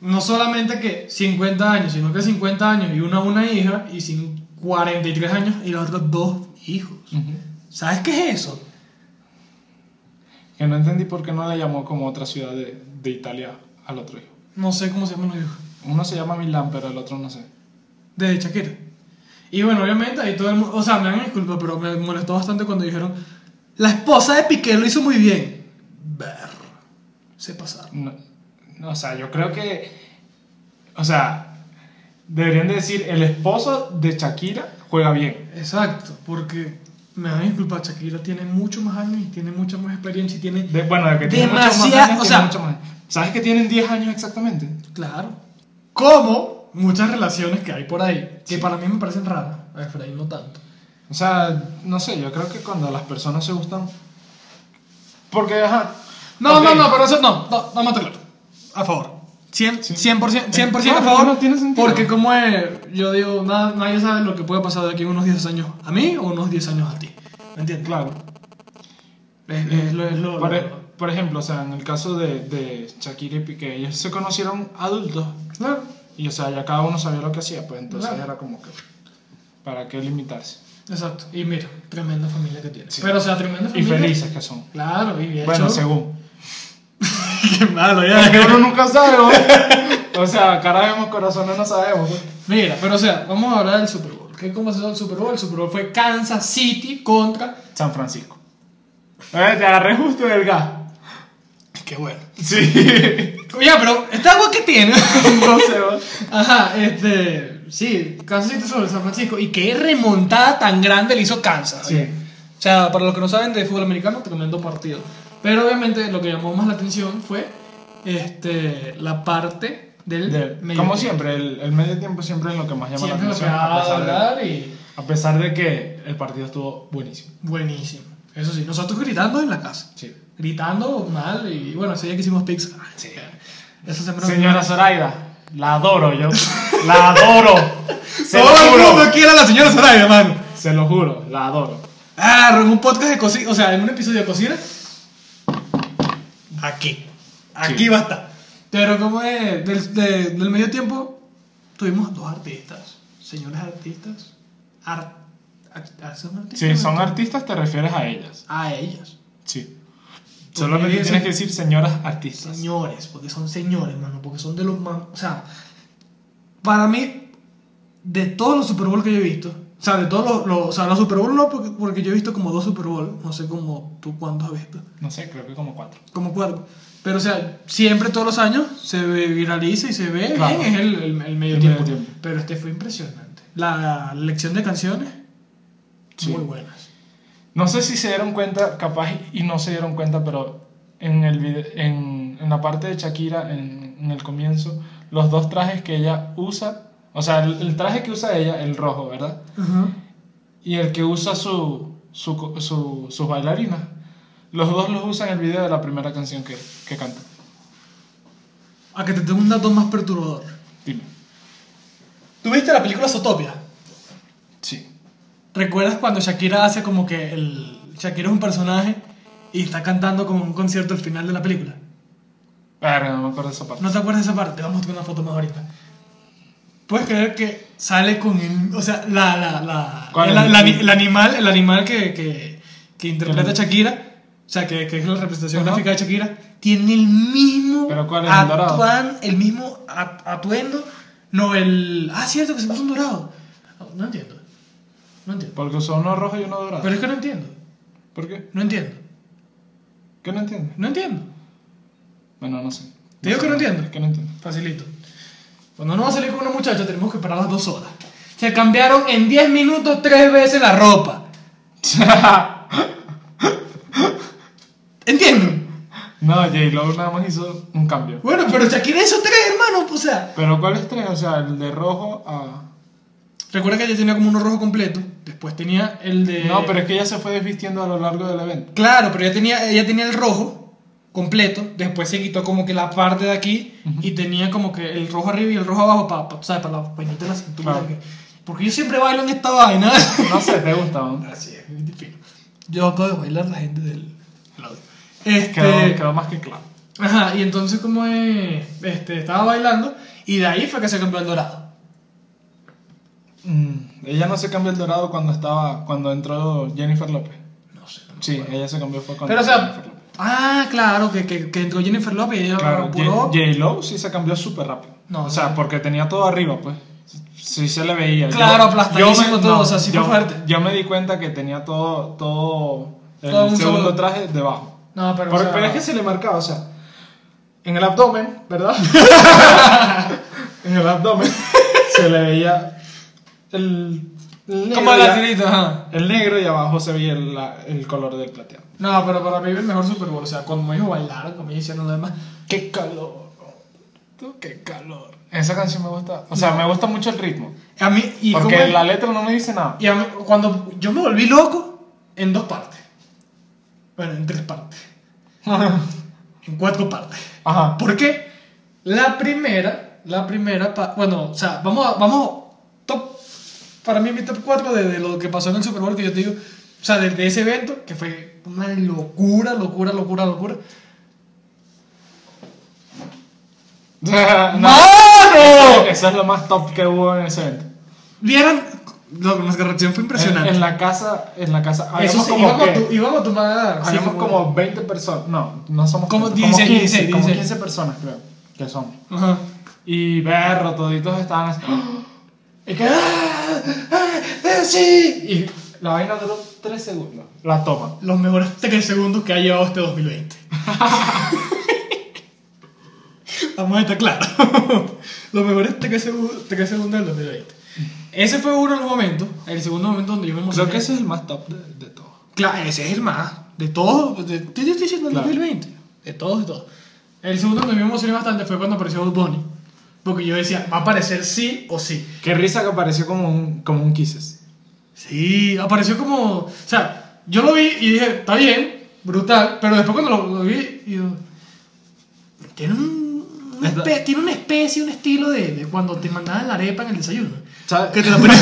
Speaker 1: no solamente que 50 años, sino que 50 años y una una hija y sin 43 años y los otros dos hijos. ¿Sabes qué es eso?
Speaker 2: Que no entendí por qué no le llamó como otra ciudad de, de Italia al otro hijo.
Speaker 1: No sé cómo se llaman los hijos.
Speaker 2: Uno se llama Milán, pero el otro no sé.
Speaker 1: De Shakira. Y bueno, obviamente ahí todo el mundo... O sea, me dan disculpa, pero me molestó bastante cuando dijeron... La esposa de Piqué lo hizo muy bien. Ver. Se pasaron.
Speaker 2: No, no, o sea, yo creo que. O sea, deberían de decir: el esposo de Shakira juega bien.
Speaker 1: Exacto, porque... Me dan disculpa, Shakira tiene mucho más años y tiene mucha más experiencia y tiene...
Speaker 2: De- bueno, de que tiene muchos más
Speaker 1: Demasiado,
Speaker 2: años,
Speaker 1: o
Speaker 2: tiene
Speaker 1: sea-
Speaker 2: mucho más. ¿Sabes que tienen 10 años exactamente?
Speaker 1: Claro. Como muchas relaciones que hay por ahí, que para mí me parecen raras. A Efraín no tanto.
Speaker 2: O sea, no sé, yo creo que cuando las personas se gustan. Porque, ajá.
Speaker 1: No,
Speaker 2: ok,
Speaker 1: no, no, pero eso no, no, vamos a tenerlo. A favor. 100%,
Speaker 2: Sí.
Speaker 1: 100%, 100 a
Speaker 2: Claro,
Speaker 1: favor.
Speaker 2: no tiene sentido.
Speaker 1: porque como es, yo digo, nada, nadie sabe lo que puede pasar de aquí a unos 10 años a mí o unos 10 años a ti. ¿Me entiendes?
Speaker 2: Claro.
Speaker 1: Es, es lo, es lo-
Speaker 2: Por, e-
Speaker 1: lo-
Speaker 2: por ejemplo, o sea, en el caso de, de Shakira y Piqué, ellos se conocieron adultos
Speaker 1: Claro.
Speaker 2: y, o sea, ya cada uno sabía lo que hacía, pues entonces
Speaker 1: Claro.
Speaker 2: era como que, ¿para qué limitarse?
Speaker 1: Exacto. Y mira, tremenda familia que tiene.
Speaker 2: Sí.
Speaker 1: Pero, o sea, tremenda
Speaker 2: Y
Speaker 1: familia.
Speaker 2: felices que son.
Speaker 1: Claro, y bien.
Speaker 2: Bueno,
Speaker 1: hecho.
Speaker 2: según.
Speaker 1: [laughs] Qué malo,
Speaker 2: Es que
Speaker 1: ya.
Speaker 2: uno nunca sabe, ¿no? O sea, cara vemos, corazones no sabemos. ¿no?
Speaker 1: Mira, pero o sea, vamos a hablar del Super Bowl. ¿Qué cómo se hizo el Super Bowl? El Super Bowl fue Kansas City contra.
Speaker 2: San Francisco. Eh, te agarré justo del gas.
Speaker 1: Qué bueno.
Speaker 2: Sí.
Speaker 1: Ya, pero esta agua que
Speaker 2: [laughs]
Speaker 1: tiene. [laughs]
Speaker 2: No sé, ¿no?
Speaker 1: Ajá, este. Sí, Kansas City sobre San Francisco. Y qué remontada tan grande le hizo Kansas.
Speaker 2: Sí.
Speaker 1: O sea, para los que no saben de fútbol americano, tremendo partido. Pero obviamente lo que llamó más la atención fue este, la parte del.
Speaker 2: De-
Speaker 1: medio
Speaker 2: como
Speaker 1: tiempo.
Speaker 2: siempre, el, el medio tiempo siempre es lo que más llama
Speaker 1: Siempre
Speaker 2: la
Speaker 1: lo que
Speaker 2: atención.
Speaker 1: va
Speaker 2: A
Speaker 1: a
Speaker 2: pesar, de,
Speaker 1: hablar y.
Speaker 2: a pesar de que el partido estuvo buenísimo.
Speaker 1: Buenísimo. Eso sí, nosotros gritando en la casa.
Speaker 2: Sí.
Speaker 1: Gritando mal y bueno, ese día que hicimos pics.
Speaker 2: Sí.
Speaker 1: Eso siempre nos-
Speaker 2: Señora Zoraida, la adoro yo. La
Speaker 1: [laughs]
Speaker 2: adoro. Se lo
Speaker 1: Todo el mundo
Speaker 2: juro.
Speaker 1: quiere a la señora Soraya, hermano.
Speaker 2: Se lo juro, la adoro.
Speaker 1: Ah, en un podcast de cocina, o sea, en un episodio de cocina. Aquí. Aquí
Speaker 2: Sí.
Speaker 1: va a estar. Pero como es, del, de- del medio tiempo tuvimos dos artistas. Señores artistas. Ar- act- ah, ¿Son artistas?
Speaker 2: Si son artistas, te refieres a ellas.
Speaker 1: A ellas.
Speaker 2: Sí. Solamente
Speaker 1: Porque
Speaker 2: tienes que decir señoras artistas.
Speaker 1: Señores, porque son señores, mano, porque son de los más... O sea, para mí, de todos los Super Bowl que yo he visto, o sea, de todos los... los- o sea, los Super Bowl no, porque, porque yo he visto como dos Super Bowl, no sé como tú cuántos has visto,
Speaker 2: No sé, creo que como cuatro.
Speaker 1: como cuatro. Pero, o sea, siempre todos los años se ve- viraliza y se ve
Speaker 2: Claro.
Speaker 1: bien, es el, el- el medio
Speaker 2: El
Speaker 1: tiempo.
Speaker 2: medio tiempo.
Speaker 1: Pero este fue impresionante. La elección de canciones,
Speaker 2: Sí.
Speaker 1: muy buenas.
Speaker 2: No sé si se dieron cuenta, capaz y no se dieron cuenta, pero en, el vide- en, en la parte de Shakira, en, en el comienzo, los dos trajes que ella usa, o sea, el, el traje que usa ella, el rojo, ¿verdad? Y el que usa su, su, co- su- sus bailarinas, los dos los usan en el video de la primera canción que, que canta.
Speaker 1: A que te tengo un dato más perturbador.
Speaker 2: Dime.
Speaker 1: ¿Tuviste la película Zootopia?
Speaker 2: Sí.
Speaker 1: ¿Recuerdas cuando Shakira hace como que el. Shakira es un personaje y está cantando como un concierto al final de la película?
Speaker 2: Verga, Ah, no me acuerdo de esa parte.
Speaker 1: ¿No te acuerdas de esa parte? Vamos a tomar una foto más ahorita. ¿Puedes creer que sale con el. O sea, la. la, la
Speaker 2: ¿Cuál
Speaker 1: el,
Speaker 2: es?
Speaker 1: la- el animal, el animal que, que, que interpreta a
Speaker 2: Ajá.
Speaker 1: Shakira, o sea, que, que es la representación
Speaker 2: Ajá.
Speaker 1: gráfica de Shakira, tiene el mismo.
Speaker 2: ¿Pero cuál es? ¿El dorado?
Speaker 1: atuan- el mismo at- atuendo. No, el. Ah, cierto, que se puso un dorado. No entiendo. No entiendo.
Speaker 2: Porque usó uno rojo y uno dorado.
Speaker 1: Pero es que no entiendo.
Speaker 2: ¿Por qué?
Speaker 1: No entiendo.
Speaker 2: ¿Qué no entiendes?
Speaker 1: No entiendo.
Speaker 2: Bueno, no sé.
Speaker 1: Te digo
Speaker 2: sé.
Speaker 1: que no entiendo.
Speaker 2: Que no entiendo. [laughs]
Speaker 1: Facilito. Cuando uno va a salir con una muchacha, tenemos que parar las dos horas. Se cambiaron en 10 minutos tres veces la ropa. ¿Entienden?
Speaker 2: No, J-Lo nada más hizo un cambio.
Speaker 1: Bueno, pero Shakira hizo tres, hermano. O sea,
Speaker 2: Pero ¿cuál es tres? O sea, el de rojo a...
Speaker 1: recuerda que ella tenía como uno rojo completo. Después tenía el de.
Speaker 2: No, pero es que ella se fue desvistiendo a lo largo del evento.
Speaker 1: Claro, pero ella tenía, ella tenía el rojo completo. Después se quitó como que la parte de aquí y tenía como que el rojo arriba y el rojo abajo para, ¿sabes? para la vainita de la cintura.
Speaker 2: Claro.
Speaker 1: Porque yo siempre bailo en esta vaina. [laughs]
Speaker 2: No sé, ¿te gusta? ¿no?
Speaker 1: Así es, muy difícil. Yo acabo de bailar la gente del del audio.
Speaker 2: [laughs]
Speaker 1: Este,
Speaker 2: Quedó, quedó más que claro.
Speaker 1: Ajá, y entonces como es, este, estaba bailando y de ahí fue que se cambió el dorado.
Speaker 2: Mm, ella no se cambió el dorado cuando estaba... Cuando entró Jennifer López.
Speaker 1: No sé. no me
Speaker 2: Sí,
Speaker 1: acuerdo.
Speaker 2: ella se cambió fue cuando
Speaker 1: Pero o
Speaker 2: entró
Speaker 1: sea,
Speaker 2: Jennifer López.
Speaker 1: ah, claro, que, que, que entró Jennifer López y ella
Speaker 2: Claro,
Speaker 1: apuró.
Speaker 2: J- J-Lo sí se cambió súper rápido.
Speaker 1: No,
Speaker 2: o sea, porque tenía todo arriba, pues. Sí se le veía.
Speaker 1: Claro, aplastadísimo todo, o sea, sí fue
Speaker 2: yo-
Speaker 1: fuerte.
Speaker 2: Yo me di cuenta que tenía todo, todo el
Speaker 1: Todo en un
Speaker 2: segundo
Speaker 1: solo-
Speaker 2: traje debajo.
Speaker 1: No, pero, o
Speaker 2: Por-
Speaker 1: sea,
Speaker 2: pero es que se le marcaba, o sea, en el abdomen,
Speaker 1: [laughs]
Speaker 2: ¿verdad? en el abdomen [laughs] se le veía el, el negro.
Speaker 1: Como
Speaker 2: y
Speaker 1: la
Speaker 2: a-
Speaker 1: tirita, ajá.
Speaker 2: el negro y abajo se veía el, la- el color del plateado.
Speaker 1: No, pero para mí el mejor Super Bowl, o sea, cuando me ellos bailaron, como ellos hicieron lo demás.
Speaker 2: ¡Qué calor! Tú, ¡Qué calor! Esa canción me gusta, o sea, me gusta mucho el ritmo.
Speaker 1: A mí, y como
Speaker 2: Porque la letra no me dice nada. [laughs]
Speaker 1: Y a mí- cuando yo me volví loco en dos partes. Bueno, en tres partes. en cuatro partes. [laughs]
Speaker 2: Ajá. [laughs]
Speaker 1: ¿Por qué? La primera, la primera, pa- bueno, o sea, vamos, a- vamos, top, para mí mi top 4 de, de lo que pasó en el Super Bowl que yo te digo, o sea, de, de ese evento, que fue una locura, locura, locura, locura.
Speaker 2: no.
Speaker 1: ¡Mano!
Speaker 2: Eso es lo más top que hubo en ese evento.
Speaker 1: Vieron, Loco, nuestra reacción fue
Speaker 2: En,
Speaker 1: impresionante.
Speaker 2: en la casa, en la casa,
Speaker 1: Eso
Speaker 2: habíamos
Speaker 1: sí,
Speaker 2: como,
Speaker 1: iba con
Speaker 2: que-
Speaker 1: tu, iba con tu madre. Sí,
Speaker 2: habíamos
Speaker 1: fue-
Speaker 2: como 20 personas, no, no somos
Speaker 1: Como
Speaker 2: tantos,
Speaker 1: 16,
Speaker 2: como 15,
Speaker 1: 16,
Speaker 2: como
Speaker 1: 16.
Speaker 2: 15 personas creo que somos.
Speaker 1: Ajá.
Speaker 2: Y berro, toditos estaban así. [gasps]
Speaker 1: Es que. ¡ah! ¡ah! ¡ah! ¡Sí!
Speaker 2: Y la vaina duró 3 segundos. La toma.
Speaker 1: Los mejores 3 segundos que ha llevado
Speaker 2: [laughs]
Speaker 1: este 2020. Vamos a estar claros. [laughs] los mejores 3 segundos, segundos del 2020. Ese fue uno de los momentos. El segundo momento donde yo me emocioné.
Speaker 2: Creo que ese es el más top de, de todo.
Speaker 1: Claro, ese es el más. De todos. De, te te estoy diciendo el
Speaker 2: Claro.
Speaker 1: 2020. De todos, de todos. El segundo donde me emocioné bastante fue cuando apareció Bad Bunny. Porque yo decía, va a aparecer sí o sí.
Speaker 2: Qué risa que apareció como un, como un Kisses.
Speaker 1: Sí, apareció como. O sea, yo lo vi y dije, está bien, brutal. Pero después cuando lo, lo vi, y yo. Tiene un. una
Speaker 2: Está-
Speaker 1: espe- tiene una especie, un estilo de, de cuando te mandaban la arepa en el desayuno.
Speaker 2: ¿Sabes?
Speaker 1: [laughs] Que te la ponían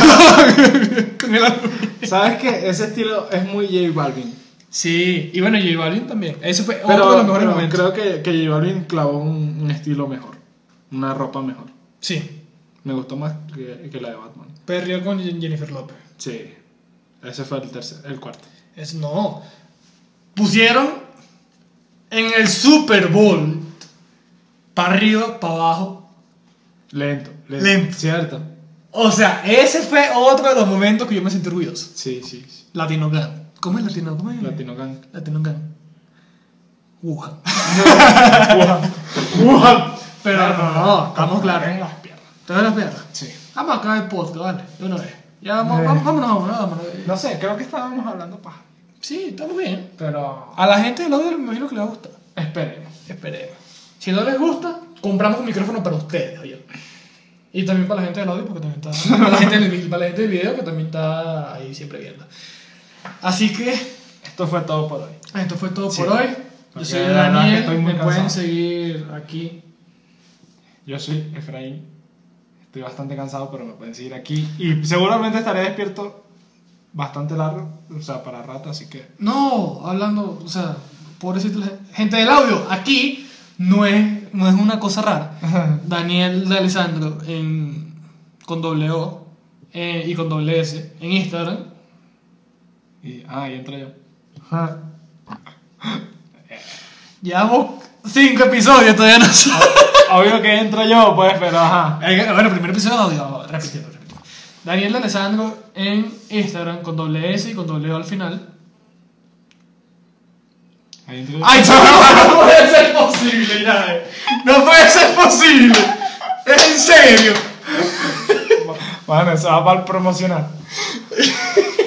Speaker 1: con el álbum.
Speaker 2: [laughs] ¿Sabes que Ese estilo es muy J Balvin.
Speaker 1: Sí, y bueno, J Balvin también. Ese fue
Speaker 2: Pero,
Speaker 1: otro de los mejores
Speaker 2: pero
Speaker 1: momentos.
Speaker 2: creo que, que J Balvin clavó un, un estilo mejor. Una ropa mejor.
Speaker 1: Sí,
Speaker 2: Me gustó más que, que la de Batman.
Speaker 1: perdió con Jennifer López.
Speaker 2: Sí. Ese fue el tercer, el cuarto.
Speaker 1: Es, no. Pusieron en el Super Bowl, para arriba, para abajo,
Speaker 2: Lento. Lento.
Speaker 1: Lento.
Speaker 2: Cierto.
Speaker 1: O sea, ese fue otro de los momentos que yo me sentí orgulloso.
Speaker 2: Sí, sí. sí.
Speaker 1: Latino Gang. ¿Cómo es Latino? ¿Cómo es?
Speaker 2: Latino Gang.
Speaker 1: Latino Gang. Wuhan.
Speaker 2: Wuhan.
Speaker 1: Pero no, no, estamos
Speaker 2: En
Speaker 1: claros.
Speaker 2: las piernas.
Speaker 1: ¿Te ves las piernas?
Speaker 2: Sí.
Speaker 1: Vamos a acabar el podcast, vale. De una vez. Ya vamos,
Speaker 2: Eh.
Speaker 1: vamos, vámonos, vámonos, vámonos.
Speaker 2: No sé, creo que estábamos hablando paja.
Speaker 1: Sí, estamos bien.
Speaker 2: Pero.
Speaker 1: A la gente del audio me imagino que les gusta.
Speaker 2: Esperemos.
Speaker 1: Esperemos. Si no les gusta, compramos un micrófono para ustedes, oye. Y también para la gente del audio, porque
Speaker 2: [laughs]
Speaker 1: también está. Para la gente del, para la gente del video, que también está ahí siempre viendo. Así que.
Speaker 2: Esto fue todo por hoy.
Speaker 1: Esto fue todo
Speaker 2: Sí.
Speaker 1: por hoy. Yo
Speaker 2: Porque
Speaker 1: soy
Speaker 2: la verdad que
Speaker 1: Daniel.
Speaker 2: estoy muy
Speaker 1: Me pueden
Speaker 2: cansado.
Speaker 1: seguir aquí.
Speaker 2: Yo soy Efraín. Estoy bastante cansado, pero me pueden seguir aquí. Y seguramente estaré despierto bastante largo, o sea, para rato, así que. [laughs]
Speaker 1: No, hablando, o sea, pobrecito. la gen- Gente del audio, aquí no es, no es una cosa rara. Daniel de Alessandro en, con doble O eh, y con doble S en Instagram.
Speaker 2: Y, ah, y entro yo.
Speaker 1: Llevamos cinco episodios todavía no sale.
Speaker 2: Obvio que entro yo, pues, pero ajá.
Speaker 1: Oh, Eh, Bueno, primer episodio de audio, repítelo, repítelo. Daniel de Alessandro en Instagram con doble S y con doble O al final.
Speaker 2: Ahí entro yo.
Speaker 1: ¡Ay, chaval! No [laughs] puede ser posible, ya, eh. No puede ser posible. Es en serio.
Speaker 2: Bueno, eso va para el promocionar.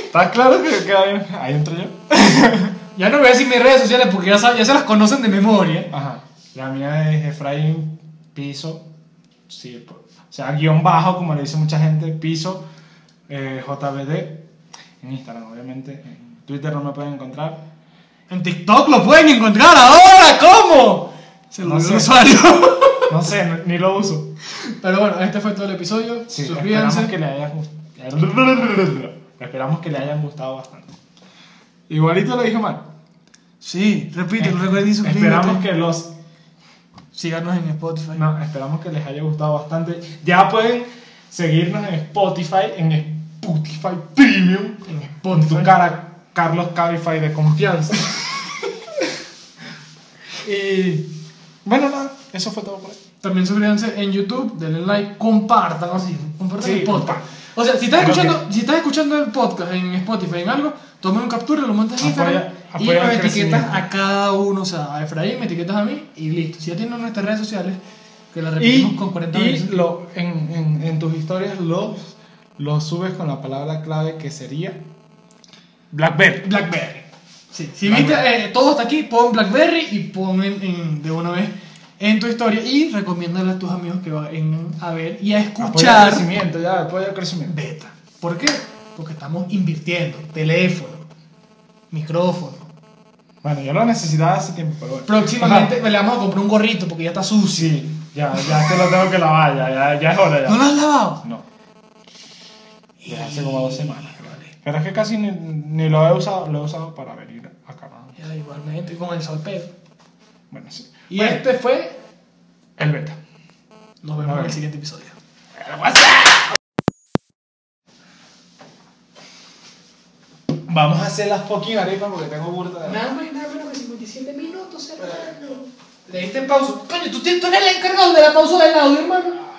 Speaker 2: ¿Estás claro que queda bien? Ahí entro yo.
Speaker 1: Ya no voy a decir mis redes sociales porque ya, sab- ya se las conocen de memoria.
Speaker 2: Ajá. La mía es Efraín Piso. Sí, po- o sea, guión bajo, como le dice mucha gente, piso, eh, JBD. En Instagram, obviamente. En Twitter no me pueden encontrar.
Speaker 1: En TikTok lo pueden encontrar ahora. ¿Cómo? Se lo
Speaker 2: No
Speaker 1: olvidó
Speaker 2: sé.
Speaker 1: el usuario. [laughs]
Speaker 2: No sé, n- ni lo uso.
Speaker 1: Pero bueno, este fue todo el episodio.
Speaker 2: Sí,
Speaker 1: Suscríbanse.
Speaker 2: esperamos que, le hayan gust- esperamos que le hayan gustado bastante. Igualito lo dije mal.
Speaker 1: Sí, repítelo, recuerden y suscríbanse.
Speaker 2: Eh, Esperamos que los
Speaker 1: Síganos en Spotify.
Speaker 2: No, esperamos que les haya gustado bastante. Ya pueden seguirnos en Spotify, en Spotify Premium,
Speaker 1: En
Speaker 2: con tu
Speaker 1: Spotify.
Speaker 2: cara Carlos Cabify de confianza. [laughs] y bueno, nada, eso fue todo por hoy.
Speaker 1: También suscríbanse en YouTube, denle like, compartan, así, compartan
Speaker 2: Sí,
Speaker 1: el podcast.
Speaker 2: compartan.
Speaker 1: O sea, si estás,
Speaker 2: Creo
Speaker 1: escuchando, si estás escuchando el podcast en Spotify, en algo, tomen un captura, lo montas
Speaker 2: Apoya-
Speaker 1: en Instagram y
Speaker 2: apoya
Speaker 1: nos
Speaker 2: el
Speaker 1: etiquetas
Speaker 2: crecimiento.
Speaker 1: a cada uno, o sea, a Efraín, me etiquetas a mí y listo. Si ya tienen nuestras redes sociales, que las repetimos
Speaker 2: Y,
Speaker 1: con 40
Speaker 2: y
Speaker 1: veces.
Speaker 2: lo, en, en- en tus historias los, los subes con la palabra clave que sería Blackberry.
Speaker 1: Blackberry. Sí, si
Speaker 2: Blackberry.
Speaker 1: viste eh, todo hasta aquí, pon Blackberry y pon en- en- de una vez en tu historia y recomiéndale a tus amigos que vayan a ver y a
Speaker 2: Apoya el
Speaker 1: escuchar.
Speaker 2: crecimiento, ya, apoya el crecimiento.
Speaker 1: beta. ¿Por qué? Porque estamos invirtiendo. Teléfono, micrófono.
Speaker 2: Bueno, yo lo necesitaba hace tiempo, pero bueno.
Speaker 1: Próximamente le vamos a comprar un gorrito porque ya está sucio.
Speaker 2: Sí, ya, ya te lo tengo que lavar, ya, ya, ya es hora
Speaker 1: ¿No
Speaker 2: ya.
Speaker 1: lo has lavado?
Speaker 2: No. Desde hace como dos semanas. Pero es que casi ni, ni lo he usado, lo he usado para venir acá. ¿no?
Speaker 1: Ya, igualmente, con el solpeo.
Speaker 2: Bueno, sí.
Speaker 1: Y
Speaker 2: Bueno,
Speaker 1: este fue.
Speaker 2: el beta.
Speaker 1: Nos vemos en
Speaker 2: Bueno.
Speaker 1: el siguiente episodio.
Speaker 2: Vamos a hacer las fucking arepas porque tengo burda de...
Speaker 1: Nada más y nada menos que 57 minutos, hermano. Le diste pausa. Coño, tú, tú eres el encargado de la pausa del audio, hermano.